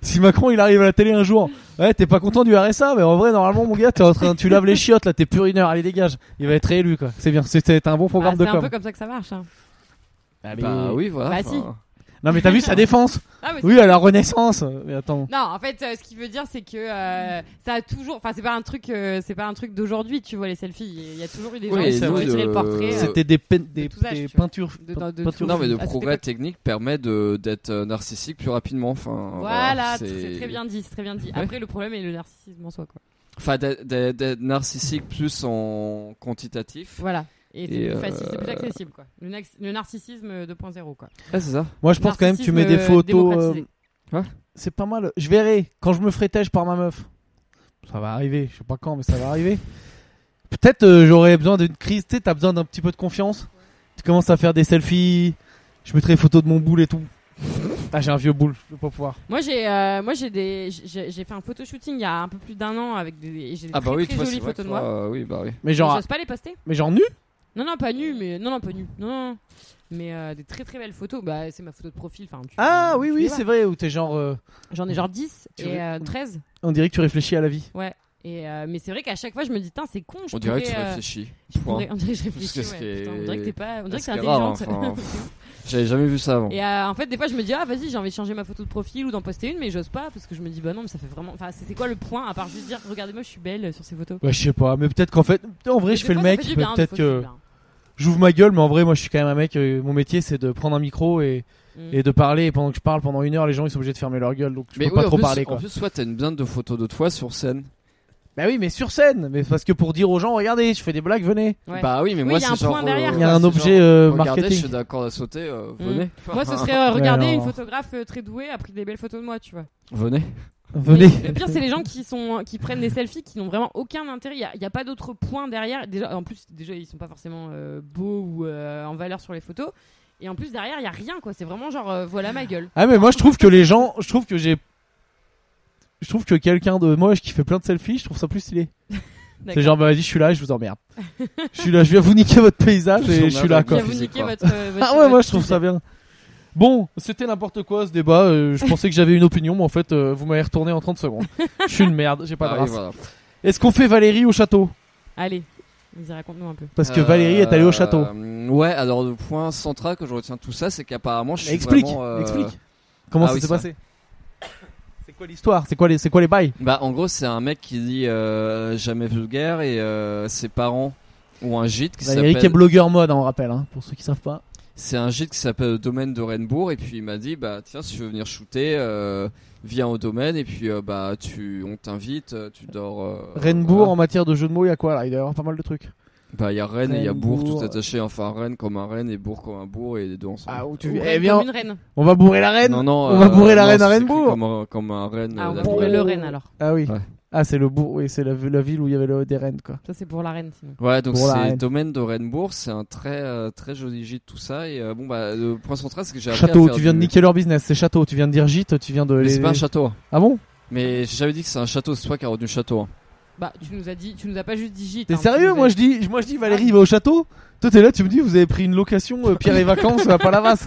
B: Si Macron il arrive à la télé un jour, ouais, t'es pas content du RSA, mais en vrai, normalement, mon gars, t'es en train, tu laves les chiottes là, t'es purineur, allez dégage. Il va être réélu quoi. C'est bien, c'était un bon
C: Bah,
B: programme
C: c'est
B: de
C: un
B: com.
C: peu comme ça que ça marche. hein.
B: Allez.
A: Bah oui voilà.
C: Bah, si.
A: enfin.
B: Non mais t'as vu sa défense
C: Ah, mais c'est-
B: Oui, à la Renaissance. Mais attends.
C: Non, en fait, euh, ce qu'il veut dire, c'est que euh, ça a toujours. Enfin, c'est pas un truc, euh, c'est pas un truc d'aujourd'hui. Tu vois les selfies, il y a toujours eu des gens
A: Oui,
C: qui
B: c'est
C: ont
B: vrai.
C: retiré le portrait. euh,
B: C'était des, pe- des,
C: tous âges,
B: des
C: tu vois.
B: peintures.
C: De- dans- de
B: peintures-
C: tout.
A: Non, mais le
C: À cette
B: Ah,
A: progrès
C: époque.
A: technique permet de d'être euh, narcissique plus rapidement. Enfin,
C: Voilà, c'est très bien dit, c'est très bien dit.
A: Ouais.
C: Après, le problème est le narcissisme en soi, quoi.
A: Enfin, d'être- d'être d'être narcissique plus en quantitatif.
C: Voilà. Et c'est
A: Et,
C: plus
A: euh,
C: facile, c'est plus accessible, quoi. Le, nax- le narcissisme euh, 2.0, quoi.
A: Ouais, c'est ça.
B: Moi, je pense quand même que tu mets des
C: Narcissisme, euh,
B: photos. euh,
C: démocratisé.
B: C'est pas mal. Je verrai quand je me ferai têche par ma meuf. Ça va arriver. Je sais pas quand, mais ça va arriver. Peut-être euh, j'aurais besoin d'une crise. Tu sais, t'as besoin d'un petit peu de confiance. Tu commences à faire des selfies. Je mettrai les photos de mon boule et tout. Ah, j'ai un vieux boule. Je vais pas pouvoir.
C: Moi j'ai euh, moi j'ai des j'ai j'ai fait un photoshooting il y a un peu plus d'un an avec des et j'ai des
A: Ah bah
C: très,
A: oui,
C: très
A: toi,
C: jolies
A: c'est vrai
C: photos de
A: que toi,
C: moi.
A: euh, oui, bah oui.
B: Mais
C: Mais
B: genre, ah
C: J'ose pas les poster.
B: mais genre nu.
C: Non non pas nu mais non non pas nu non. non. Mais euh, des très très belles photos bah c'est ma photo de profil enfin tu-
B: Ah oui
C: tu les
B: oui,
C: vois.
B: c'est vrai. Où t'es genre, euh,
C: j'en ai genre 10
B: Tu
C: et
B: veux-
C: euh, 13
B: on dirait que tu réfléchis à la vie.
C: et euh, mais c'est vrai qu'à chaque fois je me dis tiens c'est con je
A: On dirait que
C: pourrais,
A: tu
C: euh,
A: réfléchis.
C: je
A: Point.
C: pourrais- [laughs] on dirait que je
A: Parce que
C: réfléchis
A: ce qui
C: ouais,
A: est-
C: putain, on dirait que t'es pas on dirait que t'es
A: C'est rare, hein,
C: intelligente
A: enfin, J'avais jamais vu ça avant.
C: [laughs] Et euh, en fait, des fois, je me dis, ah vas-y, j'ai envie de changer ma photo de profil ou d'en poster une, mais j'ose pas parce que je me dis, bah non, mais ça fait vraiment. Enfin, c'était quoi le point à part juste dire, regardez-moi, je suis belle euh, sur ces photos
B: Ouais, je sais pas. Mais peut-être qu'en fait, en vrai,
C: Mais
B: je
C: des
B: fais le
C: fois, ça
B: mec.
C: fait du bien, des
B: Peut-être
C: fois, ça fait
B: que
C: du bien.
B: j'ouvre ma gueule, mais en vrai, moi, je suis quand même un mec. euh, Mon métier, c'est de prendre un micro et
C: Mm.
B: et de parler et pendant que je parle pendant une heure les gens ils sont obligés de fermer leur gueule donc je
A: Mais
B: peux
A: oui,
B: pas
A: en
B: trop
A: plus-
B: parler
A: En
B: quoi.
A: plus, soit t'as une blinde de photos de toi sur scène.
B: Bah oui mais sur scène mais parce que pour dire aux gens regardez je fais des blagues venez.
C: Ouais.
A: Bah oui, mais
C: Oui,
A: moi,
C: il y a
A: c'est
C: un
A: genre.
C: point derrière, Mm.
A: euh,
B: Il y a un
A: c'est
B: objet
A: genre,
B: euh,
A: Regardez, je
B: marketing.
A: suis d'accord à sauter, euh, venez. [laughs]
C: Moi, ce serait euh,
B: Ouais,
C: regarder
B: alors.
C: une photographe euh, très douée a pris des belles photos de moi, tu vois.
A: Venez.
B: Venez.
A: [laughs]
C: Mais le pire, c'est les gens qui sont qui prennent des selfies qui n'ont vraiment aucun intérêt. Il n'y a, pas d'autre point derrière. Déjà, en plus, déjà, ils sont pas forcément euh, beaux ou euh, en valeur sur les photos. Et en plus, derrière, il y a rien, quoi. C'est vraiment genre, euh, voilà ma gueule.
B: Ah mais moi je trouve que les gens je trouve que j'ai je trouve que quelqu'un de moche qui fait plein de selfies, je trouve ça plus
A: [laughs]
B: stylé. C'est
C: D'accord.
B: genre, bah vas-y, je suis là, et je vous emmerde. je suis là, je viens vous niquer votre paysage
A: Je vous
B: et je suis là,
A: emmerde.
B: quoi.
C: Bien, vous
A: physique,
C: niquez
A: quoi.
C: votre, euh, votre-
B: [laughs] Ah ouais, moi
C: votre
B: je trouve
C: sujet.
B: ça bien. Bon, c'était n'importe quoi ce débat. euh, je pensais que j'avais une opinion, mais en fait, euh, vous m'avez retourné en 30 secondes. Je suis une merde, j'ai pas de
A: Ah oui,
B: race.
A: voilà.
B: Est-ce qu'on fait Valérie au château
C: Allez, vas-y, raconte-nous un peu.
B: Parce que
A: Euh,
B: Valérie est allée au château.
A: euh, ouais, alors le point central que je retiens de tout ça, c'est qu'apparemment je suis
B: explique,
A: vraiment, euh,
B: explique. Comment
A: ah
B: ça
A: oui,
B: s'est
A: ça.
B: passé C'est quoi l'histoire C'est quoi les, c'est quoi les bails
A: Bah en gros c'est un mec qui dit euh, jamais vulgaire et euh, ses parents ont un gîte qui
B: Valérie qui Bah, est
A: s'appelle
B: blogueur mode, hein, on rappelle, hein, pour ceux qui savent pas.
A: c'est un gîte qui s'appelle le domaine de Renbourg et puis il m'a dit bah tiens si tu veux venir shooter euh, viens au domaine et puis euh, bah tu on t'invite euh, tu dors euh,
B: Renbourg
A: voilà.
B: en matière de jeu de mots, il y a quoi là Il doit y avoir pas mal de trucs.
A: bah il y a Rennes et il y a Bourg
B: Renbourg.
A: tout attaché enfin Rennes comme un Rennes et Bourg comme un Bourg et les deux ensemble
B: Ah, où
C: Ou
B: tu...
C: comme
B: Eh bien,
C: une reine.
B: on va bourrer la reine
A: non non euh,
B: on va bourrer la
A: non,
B: reine à
A: c'est écrit
B: Renbourg.
A: comme un, comme un Rennes
C: Ah,
A: euh, la
C: on va
B: bourre.
C: bourrer
A: ville.
C: le reine alors.
B: Ah oui.
A: Ouais.
B: Ah, c'est le bourg, oui, c'est la, la ville où il y avait le, des rennes, quoi.
C: Ça, c'est pour la reine sinon.
A: Ouais, donc
B: Pour la
A: c'est
B: reine.
A: le domaine de Renbourg, c'est un très euh, très joli gîte tout ça et euh, bon bah le point central c'est que j'ai appris à
B: Château,
A: faire
B: tu viens de
A: du-
B: niquer leur business, c'est château, tu viens de dire gîte, tu viens de.
A: Mais
B: les-
A: c'est pas un château. hein.
B: Ah bon
A: Mais j'ai jamais dit que c'est un château, c'est toi qui as retenu château. hein.
C: Bah, tu nous as dit, tu nous as pas juste dit gîte.
B: T'es
C: hein, tu Ah. nous
B: sérieux
C: as
B: Moi
C: dit-
B: je dis, moi je dis Valérie il va au château. Toi t'es là, tu me dis vous avez pris une location euh,
A: [laughs]
B: Pierre et vacances à Palavas.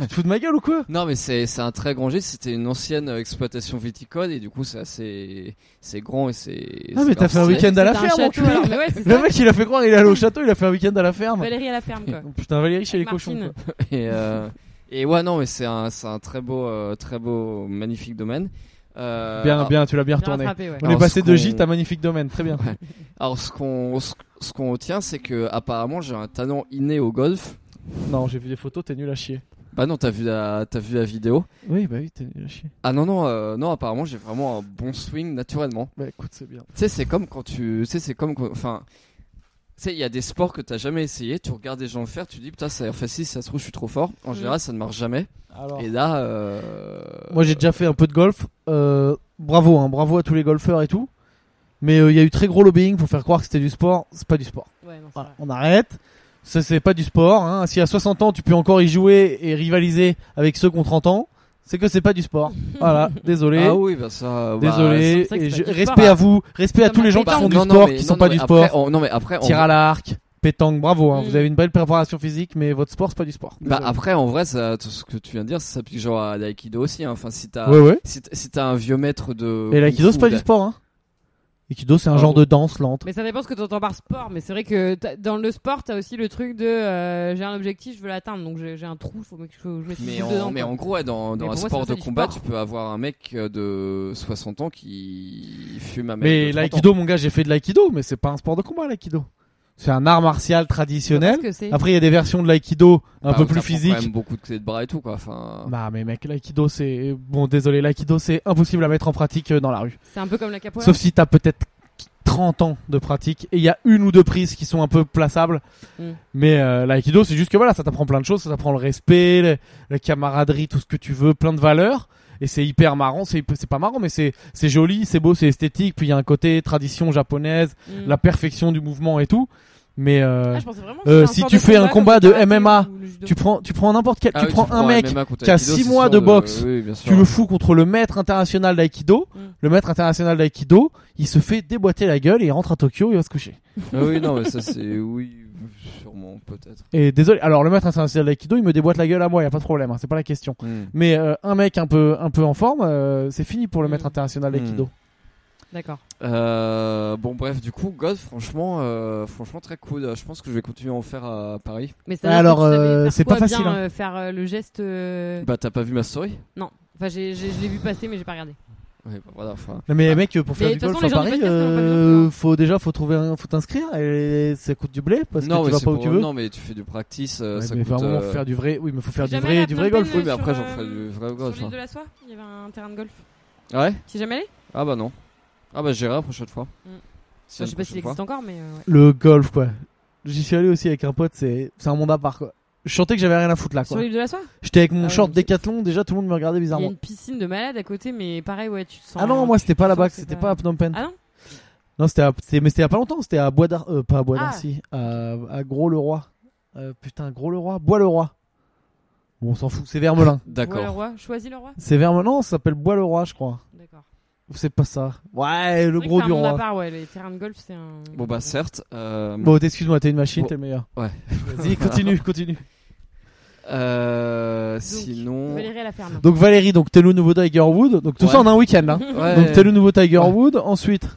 B: Tu te fous de ma gueule ou quoi
A: Non mais c'est c'est un très grand gîte, c'était une ancienne euh, exploitation viticole et du coup c'est assez c'est grand et c'est
B: Ah
A: c'est
B: mais t'as
A: grave
B: fait un
A: stylé.
B: week-end à la
C: C'était un
B: ferme,
C: château,
B: enculé.
C: alors. Mais ouais, c'est
B: Le
C: ça.
B: mec il a fait croire il est allé au château, il a fait un week-end à la ferme.
C: Valérie à la ferme quoi.
B: Putain Valérie [laughs] chez les
C: Martine.
B: cochons. quoi.
A: et euh, et ouais non mais c'est un c'est un très beau euh, très beau magnifique domaine. Euh,
B: Bien bien, tu l'as bien
C: Bien
B: retourné.
C: rattrapé, ouais.
B: Ah. On est
A: Alors,
B: passé
A: ce
B: de
A: qu'on-
B: gîte à magnifique domaine, très bien.
A: Alors ce qu'on ce, ce qu'on retient c'est que apparemment j'ai un talent inné au golf.
B: [laughs] Non, j'ai vu des photos, t'es nul à chier.
A: Bah non, t'as vu la t'as vu la vidéo.
B: Oui, bah oui, t'es nul à chier.
A: Ah non non euh, non apparemment j'ai vraiment un bon swing naturellement.
B: Bah écoute, c'est bien.
A: Tu sais c'est comme quand tu tu sais c'est comme quand- enfin tu sais il y a des sports que t'as jamais essayé, tu regardes des gens le faire, tu te dis putain ça a l'air facile, si ça se trouve je suis trop fort. En
C: Mm.
A: général ça ne marche jamais.
B: Alors
A: Et là euh,
B: moi j'ai déjà fait un peu de golf. Euh, bravo hein, bravo à tous les golfeurs et tout. Mais euh, il y a eu très gros lobbying pour faire croire que c'était du sport, c'est pas du sport.
C: Ouais, non, c'est
B: Voilà,
C: vrai.
B: on arrête. Ça, c'est pas du sport. Hein. Si à 60 ans, tu peux encore y jouer et rivaliser avec ceux qui ont 30 ans, c'est que c'est pas du
C: [laughs]
B: sport. Voilà, désolé.
A: ah oui bah ça bah, ça-
B: Désolé.
C: c'est vrai que
B: Et
C: c'est
B: je-
C: pas du
B: respect
C: sport,
B: à
C: hein.
B: vous. Respect à
C: Comme
B: tous les
C: un
B: gens qui
C: pétanque.
B: font du
A: non,
B: sport,
A: mais-
B: qui
A: non,
B: sont
A: non,
B: pas
A: mais
B: du
A: après,
B: sport.
A: on- non mais après on-
B: Tir à l'arc, pétanque, bravo. hein.
C: Mm.
B: Vous avez une belle préparation physique, mais votre sport, c'est pas du sport.
A: bah
B: Désolé.
A: après en vrai ça, tout ce que tu viens de dire ça s'applique genre à l'aïkido aussi hein. enfin si t'as
B: ouais, ouais.
A: si t'as si t'as un vieux maître de
B: Et l'aïkido,
A: kung-fu, bah,
B: c'est pas du
A: d'a-
B: sport. Hein. L'aïkido, c'est un
A: Ah
B: genre
A: euh, bon.
B: de danse lente.
C: Mais ça dépend ce que tu entends par sport. Mais c'est vrai que t'as- dans le sport, t'as aussi le truc de euh, j'ai un objectif, je veux l'atteindre. Donc j'ai j'ai un trou, faut que je, faut que je mette une
A: Mais
C: boule
A: en,
C: dedans.
A: mais
C: quoi.
A: en gros, ouais, dans, dans
C: Mais
A: un
C: pour moi,
A: sport
C: c'est
A: de
C: ça, du
A: combat,
C: sport.
A: tu peux avoir un mec euh, de 60 ans qui fume un mec.
B: Mais
A: de 30 ans.
B: l'aïkido, mon gars, j'ai fait de l'aïkido, mais c'est pas un sport de combat, l'aïkido. C'est un art martial
C: Je sais pas
B: traditionnel.
C: ce que c'est.
B: Après, il y a des versions de l'aïkido un
A: Bah,
B: peu
A: où
B: plus
A: t'apprends
B: physiques.
A: quand même beaucoup de clés de bras et tout, quoi. Enfin,
B: Bah mais mec, l'aïkido c'est bon désolé, l'aïkido c'est impossible à mettre en pratique euh, dans la rue.
C: C'est un peu comme la capoeira.
B: Sauf si t'as peut-être 30 ans de pratique et il y a une ou deux prises qui sont un peu plaçables.
C: Mm.
B: Mais euh, l'aïkido c'est juste que voilà, ça t'apprend plein de choses, ça t'apprend le respect, le- la camaraderie, tout ce que tu veux, plein de valeurs. Et c'est hyper marrant, c'est c'est pas marrant, mais c'est c'est joli, c'est beau, c'est esthétique. Puis il y a un côté tradition japonaise,
C: Mm.
B: la perfection du mouvement et tout. Mais euh,
C: Ah, je pensais vraiment que
B: Euh,
C: c'était
B: si
C: sport
B: tu fais un
C: comme
B: combat
C: le
B: de
C: karaté
B: MMA,
C: ou le judo.
B: tu prends tu prends n'importe quel,
A: Ah
B: tu
A: oui,
B: prends un mec
A: MMA contre
B: qui a
A: l'aïkido,
B: six
A: c'est
B: mois
A: sûr
B: de boxe.
A: oui, bien sûr.
B: tu le fous contre le maître international d'aïkido.
C: Mm.
B: Le maître international d'aïkido, il se fait déboîter la gueule et il rentre à Tokyo et va se coucher.
A: Ah oui,
B: [laughs]
A: non, mais ça c'est oui, sûrement peut-être.
B: Et désolé, alors le maître international d'aïkido, il me déboîte la gueule à moi, y a pas de problème, hein, c'est pas la question.
A: Hmm.
B: Mais euh, un mec un peu un peu en forme, euh, c'est fini pour le
C: Mm.
B: maître international d'aïkido.
C: D'accord.
A: Euh, bon, bref, du coup, God, franchement, euh, franchement, très cool. Je pense que je vais continuer à en faire à Paris.
C: Mais ça veut dire
B: Alors,
C: que tu savais
B: euh,
C: faire
B: c'est
C: quoi
B: pas facile,
C: bien,
B: hein.
C: euh, faire euh, le geste. euh,
A: Bah, t'as pas vu ma story
C: Non. Enfin, j'ai, j'ai- je l'ai vu passer, mais j'ai pas regardé.
A: Ouais, bah, voilà. Enfin,
B: Non mais mec, pour faire
C: Mais
B: du
C: de toute
B: golf
C: façon,
B: à
C: les gens
B: Paris,
C: du podcast, ils ont pas
B: euh,
C: besoin. hein.
B: faut déjà faut trouver un, faut t'inscrire et ça coûte du blé parce
A: non,
B: que
A: mais
B: tu vas
A: c'est
B: pas où
A: pour-
B: tu veux.
A: Non, mais tu fais du practice. euh,
B: Ouais,
A: ça
B: mais
A: coûte,
B: vraiment
A: euh,
B: faire du vrai, oui, mais faut faire du
C: Jamais
B: vrai
C: la
B: du
C: Phnom
B: vrai golf.
C: Penh,
A: Oui, mais après,
C: sur,
A: j'en ferai du vrai golf.
C: Sur
A: hein.
C: l'île de la Soie, il y avait un terrain de golf.
A: Ouais.
C: Tu es jamais allé
A: Ah bah non. Ah bah j'irai la prochaine fois.
C: Mm.
A: Si
C: Enfin,
A: la
C: Je sais pas s'il
A: prochaine fois.
C: existe encore, mais euh, ouais.
B: Le golf quoi. J'y suis allé aussi avec un pote, c'est c'est un monde à part quoi. Je sentais que j'avais rien à foutre là quoi.
C: Sur l'île de la Soie
B: J'étais avec mon
C: Ah
B: short
C: ouais, donc
B: décathlon, déjà tout le monde me regardait
C: Il y a
B: bizarrement.
C: une piscine de malade à côté, mais pareil, ouais, tu te sens.
B: Ah non, moi c'était pas
C: tu
B: là-bas,
C: sens que c'est
B: c'était pas...
C: pas-
B: à Phnom Penh.
C: Ah non
B: Non, c'était à... c'était- mais c'était il y a pas longtemps, c'était à Bois d'Ar... euh, pas à Bois
C: Ah.
B: d'Arcy, à, à Gros-le-Roi. Euh, putain, Gros-le-Roi, Bois-le-Roi. Bon, on s'en fout, c'est Vermelin.
C: Vois le
A: D'accord.
C: roi, choisis le roi.
B: C'est Vermelin, non, ça s'appelle Bois-le-Roi, je crois.
C: D'accord.
B: C'est pas ça. Ouais, le gros du
C: À
B: roi.
C: part, ouais, les terrains de golf, c'est un.
A: Bon bah certes. euh,
B: Bon, excuse-moi, t'es une machine,
A: Bon.
B: t'es le meilleur.
A: Ouais. [laughs]
B: Vas-y, continue, continue.
A: euh,
C: Donc,
A: sinon.
C: Valérie à la ferme.
B: Donc Valérie, donc t'es le nouveau Tiger Wood. Donc tout
A: Ouais.
B: ça en un week-end là.
C: [laughs]
A: Ouais.
B: Donc t'es le nouveau Tiger
A: Ouais.
B: Wood. Ensuite,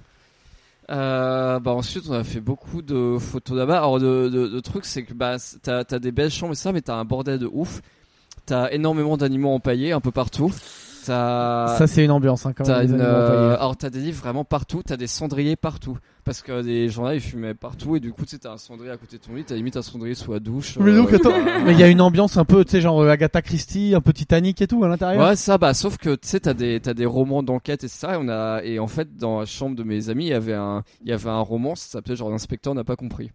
A: Euh, bah ensuite on a fait beaucoup de photos là-bas. Alors le, le- le truc c'est que bah c'est- t'as t'as des belles chambres et ça, mais t'as un bordel de ouf. T'as énormément d'animaux empaillés un peu partout. T'as
B: ça c'est une ambiance hein, quand même.
A: Ah. t'as
B: les
A: une,
B: animaux
A: euh,
B: employés.
A: alors t'as des livres vraiment partout. T'as des cendriers partout parce que les gens là ils fumaient partout et du coup tu sais, t'as un cendrier à côté de ton lit. T'as limite un cendrier sous la douche.
B: Mais
A: euh,
B: donc, attends,
A: t'as-
B: Mais il y a une ambiance un peu, tu sais, genre euh, Agatha Christie, un peu Titanic et tout à l'intérieur.
A: Ouais, ça, bah, sauf que, tu sais, t'as des, t'as des romans d'enquête et ça, et on a, et en fait, dans la chambre de mes amis, il y avait un, il y avait un roman, ça s'appelait genre l'inspecteur n'a pas compris.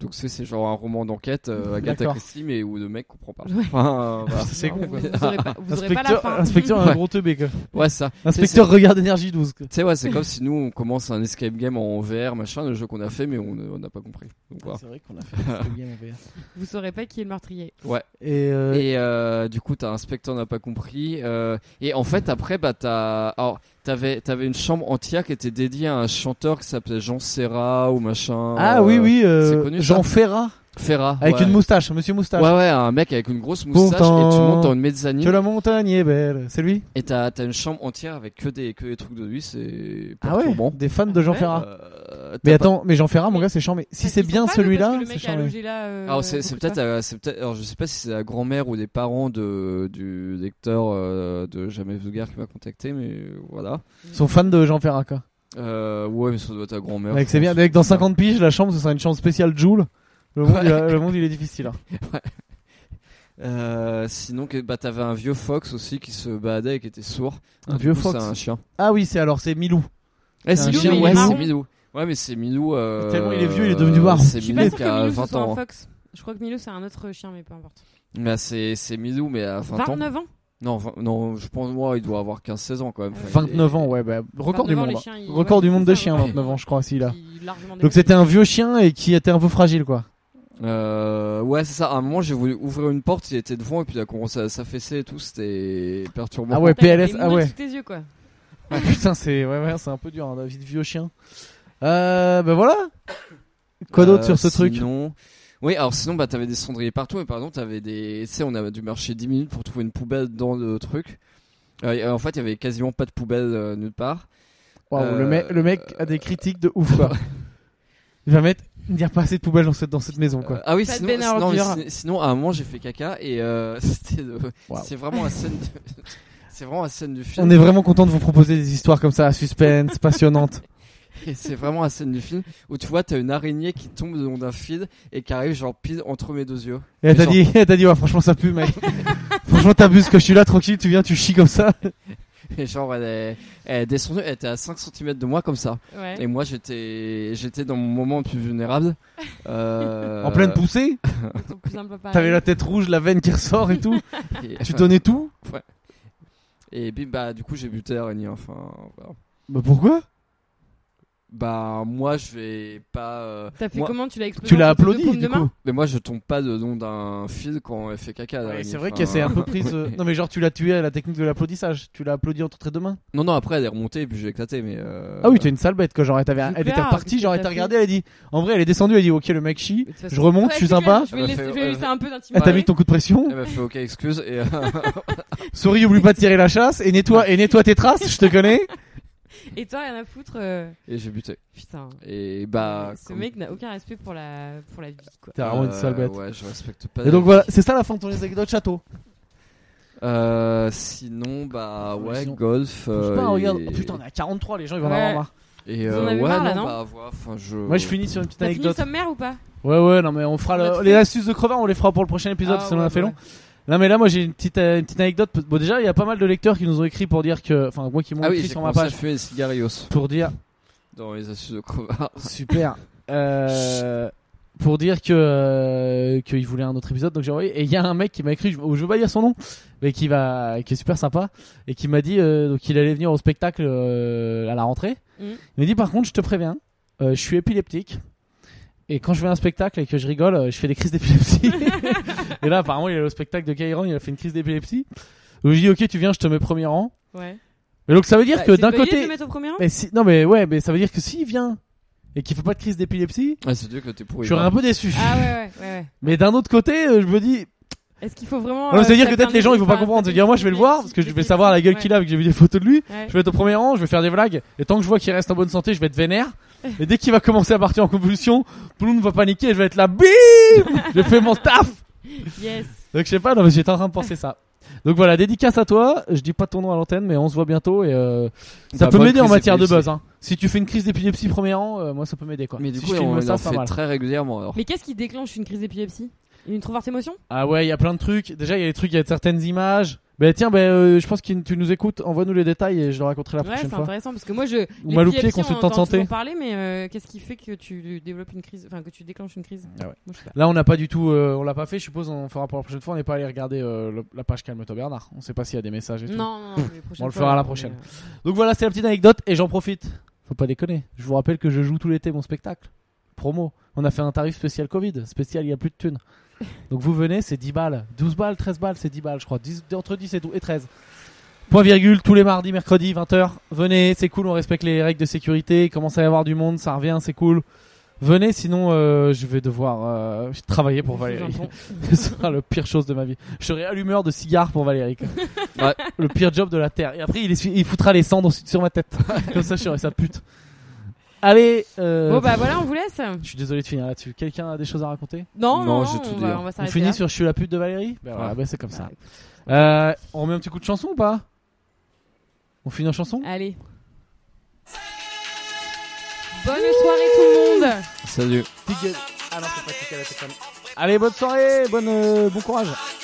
A: Donc, c'est, c'est genre un roman
B: [laughs]
A: d'enquête, euh, Agatha
B: D'accord.
A: Christie, mais où le mec comprend pas.
C: Ouais.
A: Enfin, euh, voilà.
B: C'est con.
C: Non,
B: quoi.
C: Vous, vous aurez pas, vous aurez pas la
B: Inspecteur,
C: fin.
B: inspecteur, un
A: Ouais.
B: gros teubé. quoi.
A: Ouais, ça.
B: Inspecteur, regarde énergie 12. quoi.
A: Tu sais, ouais, c'est comme si nous, on commence un escape game en VR, machin, le jeu qu'on a fait, mais on on n'a pas compris. Donc, voilà.
B: C'est vrai qu'on a fait un escape game en VR.
C: Vous saurez pas qui est le meurtrier.
B: Et, euh,
A: Et euh, du coup, t'as inspecteur n'a pas compris. euh, et en fait, après, bah, t'as, alors, t'avais, t'avais une chambre entière qui était dédiée à un chanteur qui s'appelait Jean Serra ou machin.
B: Ah
A: euh,
B: oui, oui, euh,
A: c'est connu,
B: Jean
A: ça.
B: Ferrat.
A: Ferra.
B: Avec
A: ouais.
B: une moustache, monsieur moustache.
A: Ouais, ouais, un mec avec une grosse moustache et tu
B: Pourtant,
A: montes dans une
B: Que
A: mezzanine
B: la montagne est belle. C'est lui
A: et t'as, t'as une chambre entière avec que des, que des trucs de lui, c'est
B: Ah ouais
A: perturbant.
B: Des fans de Jean
C: Ouais.
B: Ferrat.
A: Euh,
B: Mais
A: t'as pas-
B: attends, mais Jean Ferrat, mon gars, c'est chiant. Mais si
C: Parce
B: c'est
C: qu'ils
B: bien
C: sont pas,
B: celui-là,
C: parce que le
B: c'est
C: mec
B: chiant,
C: a
B: mais-
C: logé là. euh,
A: Alors c'est,
C: beaucoup
A: c'est
C: de
A: peut-être,
C: fois.
A: euh, c'est peut-être, alors je sais pas si c'est la grand-mère ou des parents de, du lecteur euh, de Jamais Vulgaire qui m'a contacté, mais voilà.
B: Ils sont fans de Jean Ferrat, quoi.
A: Euh, ouais, mais ça doit être ta grand-mère.
B: Mec,
A: je
B: c'est bien.
A: pense.
B: Mec, dans 50 piges, la chambre, ce sera une chambre spéciale Joule. Le monde,
A: Ouais.
B: il, a- le monde, il est difficile. hein.
A: Euh, sinon, que- bah, t'avais un vieux fox aussi qui se baladait et qui était sourd.
B: Un
A: Du
B: vieux
A: coup,
B: fox.
A: C'est un chien.
B: Ah oui, c'est alors, c'est Milou.
A: Eh,
B: C'est un
A: c'est Milou,
B: chien,
A: ouais,
C: il est
A: c'est
C: marron.
A: Milou. Ouais, mais c'est Milou. euh,
B: Tellement il est vieux, il est devenu marron.
A: C'est
C: Je suis pas
A: Milou
C: sûr
A: qui
C: que
A: a
C: Milou ce
A: 20
C: soit un
A: ans. hein.
C: fox. Je crois que Milou c'est un autre chien, mais peu importe.
A: Bah, c'est c'est Milou, mais à 20 ans.
C: 29 ans.
A: Non, 20 non, je pense, moi, il doit avoir 15-16 ans quand même. Enfin, il est-
B: 29 ans, ouais, bah, record du
C: 29 ans,
B: monde.
C: les
B: hein.
C: chiens, ils-
B: Record
C: ouais,
B: du
C: c'est
B: monde
C: ça,
B: des chiens,
C: ouais.
B: 29 ans, je crois, aussi,
C: [laughs]
B: là.
C: Qui largement
B: Donc
C: dépasse.
B: c'était un vieux chien et qui était un peu fragile, quoi.
A: Euh, ouais, c'est ça. À un moment, j'ai voulu ouvrir une porte, il était devant, et puis il a commencé à s'affaisser et tout. C'était perturbant.
B: Ah ouais,
C: T'as les
B: PLS, ah
C: moules
B: ouais.
C: sous tes yeux, quoi.
B: Ah, [laughs] putain, c'est ouais, ouais, c'est un peu dur, hein, la vie de vieux chien. Euh, ben voilà. Quoi d'autre sur ce truc
A: Non. Euh, Oui, alors sinon, bah, t'avais des cendriers partout, mais par exemple, t'avais des. Tu sais, on avait dû marcher 10 minutes pour trouver une poubelle dans le truc. Euh, et, euh, en fait, il y avait quasiment pas de poubelle euh, nulle part.
B: Waouh, le, mec-
A: euh,
B: le mec a des critiques de ouf,
A: [laughs]
B: quoi. Il va mettre. Il n'y a pas assez de poubelles dans cette, dans cette maison,
A: Euh,
B: quoi.
A: ah oui,
C: Pas de
A: sinon,
C: benne à
A: non, mais
C: ordures.
A: sin- sinon, à un moment, j'ai fait caca et euh, [laughs] c'était. le-
B: Waouh.
A: C'est vraiment la scène. de- [laughs] C'est vraiment la scène du film.
B: On est vraiment content de vous proposer des histoires comme ça, à suspense,
A: [laughs]
B: passionnantes.
A: Et c'est vraiment la scène du film où tu vois, t'as une araignée qui tombe le long d'un fil et qui arrive genre pile entre mes deux yeux.
B: Et elle t'a
A: Genre-
B: dit, elle t'a dit, ouais, franchement, ça pue,
A: [laughs]
B: mec. franchement, t'abuses que je suis là, tranquille, tu viens, tu chies comme ça.
A: Et genre, elle est, elle est descendue, elle était à 5 cm de moi comme ça.
C: Ouais.
A: Et moi j'étais j'étais dans mon moment le
B: [laughs]
A: plus vulnérable. Euh,
B: En pleine poussée,
C: Ton cousin peut pas
B: t'avais
C: arriver.
B: la tête rouge, la veine qui ressort
A: [laughs]
B: et tout.
A: et,
B: tu donnais tout.
A: et bim bah du coup j'ai buté l'araignée. Enfin voilà.
B: Bah pourquoi
A: Bah moi je vais pas. euh,
C: T'as fait
A: moi-
C: comment Tu l'as explosé
B: Tu l'as
C: entre tes deux
B: applaudi,
C: paumes de
B: du
C: main
B: coup.
A: Mais moi je tombe pas de nom d'un fil quand elle fait caca.
B: Ouais,
A: l'araignée.
B: c'est vrai
A: Ah, Enfin,
B: qu'elle s'est un peu prise. euh, Non, mais genre, tu l'as tué à la technique de l'applaudissage. Tu l'as applaudi entre tes deux mains.
A: Non non après elle est remontée et puis j'ai éclaté mais. euh,
B: Ah oui, Ah t'es une sale bête, quoi. Genre, elle, t'avait-
C: Super,
B: elle était
C: qu'est-ce
B: repartie,
C: que
B: genre, elle
C: t'as
B: t'a
C: fait
B: regardé, elle a dit. En vrai, elle est descendue, elle a dit, ok, le mec chie.
C: Mais de toute
B: Je
C: façon-
B: remonte,
C: Ouais,
B: je suis
C: c'est
B: sympa.
C: clair, Je vais
A: Elle
C: laisser-
A: m'a fait-
C: je vais laisser un peu
B: Elle
C: d'intimité.
B: t'a mis ton coup de pression.
A: Elle m'a fait ok excuse et. euh, [laughs]
B: Souris, oublie pas de tirer la chasse. Et nettoie, et nettoie tes traces, je te connais.
C: Et toi, rien à foutre. euh,
A: et j'ai buté.
C: Putain.
A: Et bah.
C: Ce
A: comme-
C: mec n'a aucun respect pour la pour la vie, quoi.
B: T'es vraiment une sale
A: Euh,
B: bête.
A: Ouais je respecte pas.
B: Et donc voilà, c'est ça la fin de ton anecdote château.
A: Euh, sinon bah ouais
B: Sinon-
A: golf.
B: Bouge
A: euh,
B: pas, regarde.
A: et-
B: Oh putain, on est à 43, les gens, ils vont en
C: Ouais.
B: avoir marre.
A: Et
C: Vous en
A: euh,
C: avez
A: ouais,
C: marre, là,
A: non,
C: non
A: bah, voilà, enfin, je...
B: Moi, je finis sur une petite
C: T'as fini le
B: anecdote.
C: sommaire ou pas
B: Ouais, ouais, non, mais on fera le-
C: On a
B: les
C: fait.
B: astuces de crevin, on les fera pour le prochain épisode,
C: Ah,
B: sinon on
C: ouais,
B: a fait
C: bah
B: long. Non, mais là, moi, j'ai une petite, euh, une petite anecdote. Bon, déjà, il y a pas mal de lecteurs qui nous ont écrit pour dire que. Enfin, moi qui m'ont
A: Ah oui,
B: écrit
A: j'ai
B: sur ma
A: commencé à
B: page.
A: fumer des cigarios
B: Pour dire.
A: dans les assus de crevard.
B: Super. Euh, pour dire que euh, qu'il voulait un autre épisode, donc j'ai envoyé. Et il y a un mec qui m'a écrit, je, oh, je veux pas dire son nom, mais qui va, qui est super sympa, et qui m'a dit euh, donc il allait venir au spectacle euh, à la rentrée.
C: Mhm.
B: Il m'a dit par contre, je te préviens, euh, je suis épileptique. Et quand je vais à un spectacle et que je rigole, euh, je fais des crises
C: [laughs]
B: d'épilepsie. et là, apparemment, il est allé au spectacle de Kairon, il a fait une crise d'épilepsie. Donc, Je lui dis, ok, tu viens, je te mets premier rang.
C: Ouais.
B: Mais donc ça veut dire
C: Bah,
B: que
C: c'est
B: d'un
C: pas idée de
B: côté.
C: le mettre au premier rang
B: Mais si- Non, mais ouais, mais ça veut dire que s'il vient et qu'il fait pas de crise d'épilepsie,
A: [laughs] Ah, c'est dur que t'es pourri.
B: je serais un peu déçu.
C: Ah ouais, ouais, ouais. ouais.
B: Mais d'un autre côté, euh, je me dis.
C: Est-ce qu'il faut vraiment.
B: Non,
C: euh,
B: c'est-à-dire que
C: taper
B: peut-être
C: un
B: les gens ils vont
C: mec
B: pas comprendre.
C: qui
B: C'est-à-dire moi je vais le voir parce que je vais savoir la gueule qu'il a vu que j'ai vu des photos de lui.
C: Ouais.
B: Je vais être au premier rang, je vais faire des blagues, et tant que je vois qu'il reste en bonne santé, je vais être vénère. Et dès qu'il va commencer à partir en convulsion, tout le monde va paniquer et je vais être là, bim J'ai fait mon taf
C: Yes.
B: Donc je sais pas, non mais j'étais en train de penser ça. Donc voilà, dédicace à toi, je dis pas ton nom à l'antenne, mais on se voit bientôt et euh, ça
A: Bah,
B: peut
A: bonne
B: m'aider en
A: crise
B: matière de
A: d'épilepsie.
B: buzz. Hein. Si tu fais une crise d'épilepsie premier rang, euh, moi ça peut m'aider quoi.
A: Mais du
B: Si
A: coup,
B: je
A: on
B: filme ça,
A: en
B: ça
A: fait
B: va mal.
A: très régulièrement alors.
C: Mais qu'est-ce qui déclenche une crise d'épilepsie Une trop forte émotion
B: Ah ouais, il y a plein de trucs. Déjà, il y a des trucs, il y a certaines images. Ben tiens, ben euh, je pense que tu nous écoutes, envoie-nous les détails et je le raconterai la
C: Ouais,
B: prochaine
C: c'est
B: fois.
C: intéressant parce que moi je.
B: Ou Malou Pied,
C: l'épilepsie, on
B: consultant de
C: entend
B: santé.
C: toujours parler, mais euh, qu'est-ce qui fait que tu développes une crise, enfin que tu déclenches une crise
B: Ah ouais.
C: Moi, je sais pas.
B: Là, on n'a pas du tout, euh, on l'a pas fait. Je suppose on fera pour la prochaine fois. On n'est pas allé regarder euh, le- la page Calme-toi Bernard. On sait pas s'il y a des messages. Et tout.
C: Non, non, non, mais prochaine
B: On le
C: fois,
B: fera la
C: mais,
B: prochaine.
C: euh,
B: Donc voilà, c'est la petite anecdote et j'en profite. Faut pas déconner. Je vous rappelle que je joue tout l'été mon spectacle. Promo. On a fait un tarif spécial Covid. Spécial, il y a plus de thunes. Donc vous venez, c'est 10 balles. 12 balles, 13 balles, c'est 10 balles, je crois. 10 entre 10 et, 12 et 13. Point virgule, tous les mardis, mercredis, 20h. Venez, c'est cool, on respecte les règles de sécurité. Il commence à y avoir du monde, ça revient, c'est cool. Venez, sinon euh, je vais devoir euh, travailler pour
C: c'est
B: Valérie.
C: Japon.
B: Ce sera le pire chose de ma vie. Je serai allumeur de cigare pour Valérie. quoi.
A: Ouais.
B: Le pire job de la terre. Et après, il, essuie- il foutra les cendres sur- sur ma tête. Comme ça, je serai sa pute. Allez. euh,
C: Bon bah voilà, on vous laisse.
B: Je suis désolé de finir là-dessus. Quelqu'un a des choses à raconter
C: Non,
A: Non,
C: non,
A: j'ai
C: on
A: tout
C: va-
A: dit, hein.
C: On va
B: On
C: s'arrêter.
B: finit
C: là.
B: sur Je suis la pute de Valérie Ben voilà,
A: Bah Ouais.
B: ben c'est comme ça.
C: Ah, écoute.
B: Euh, on remet un petit coup de chanson ou pas On finit en chanson
C: Allez. Bonne soirée tout le monde.
A: Salut.
B: Ah Allez, bonne soirée, bonne, euh, bon courage.
D: Thank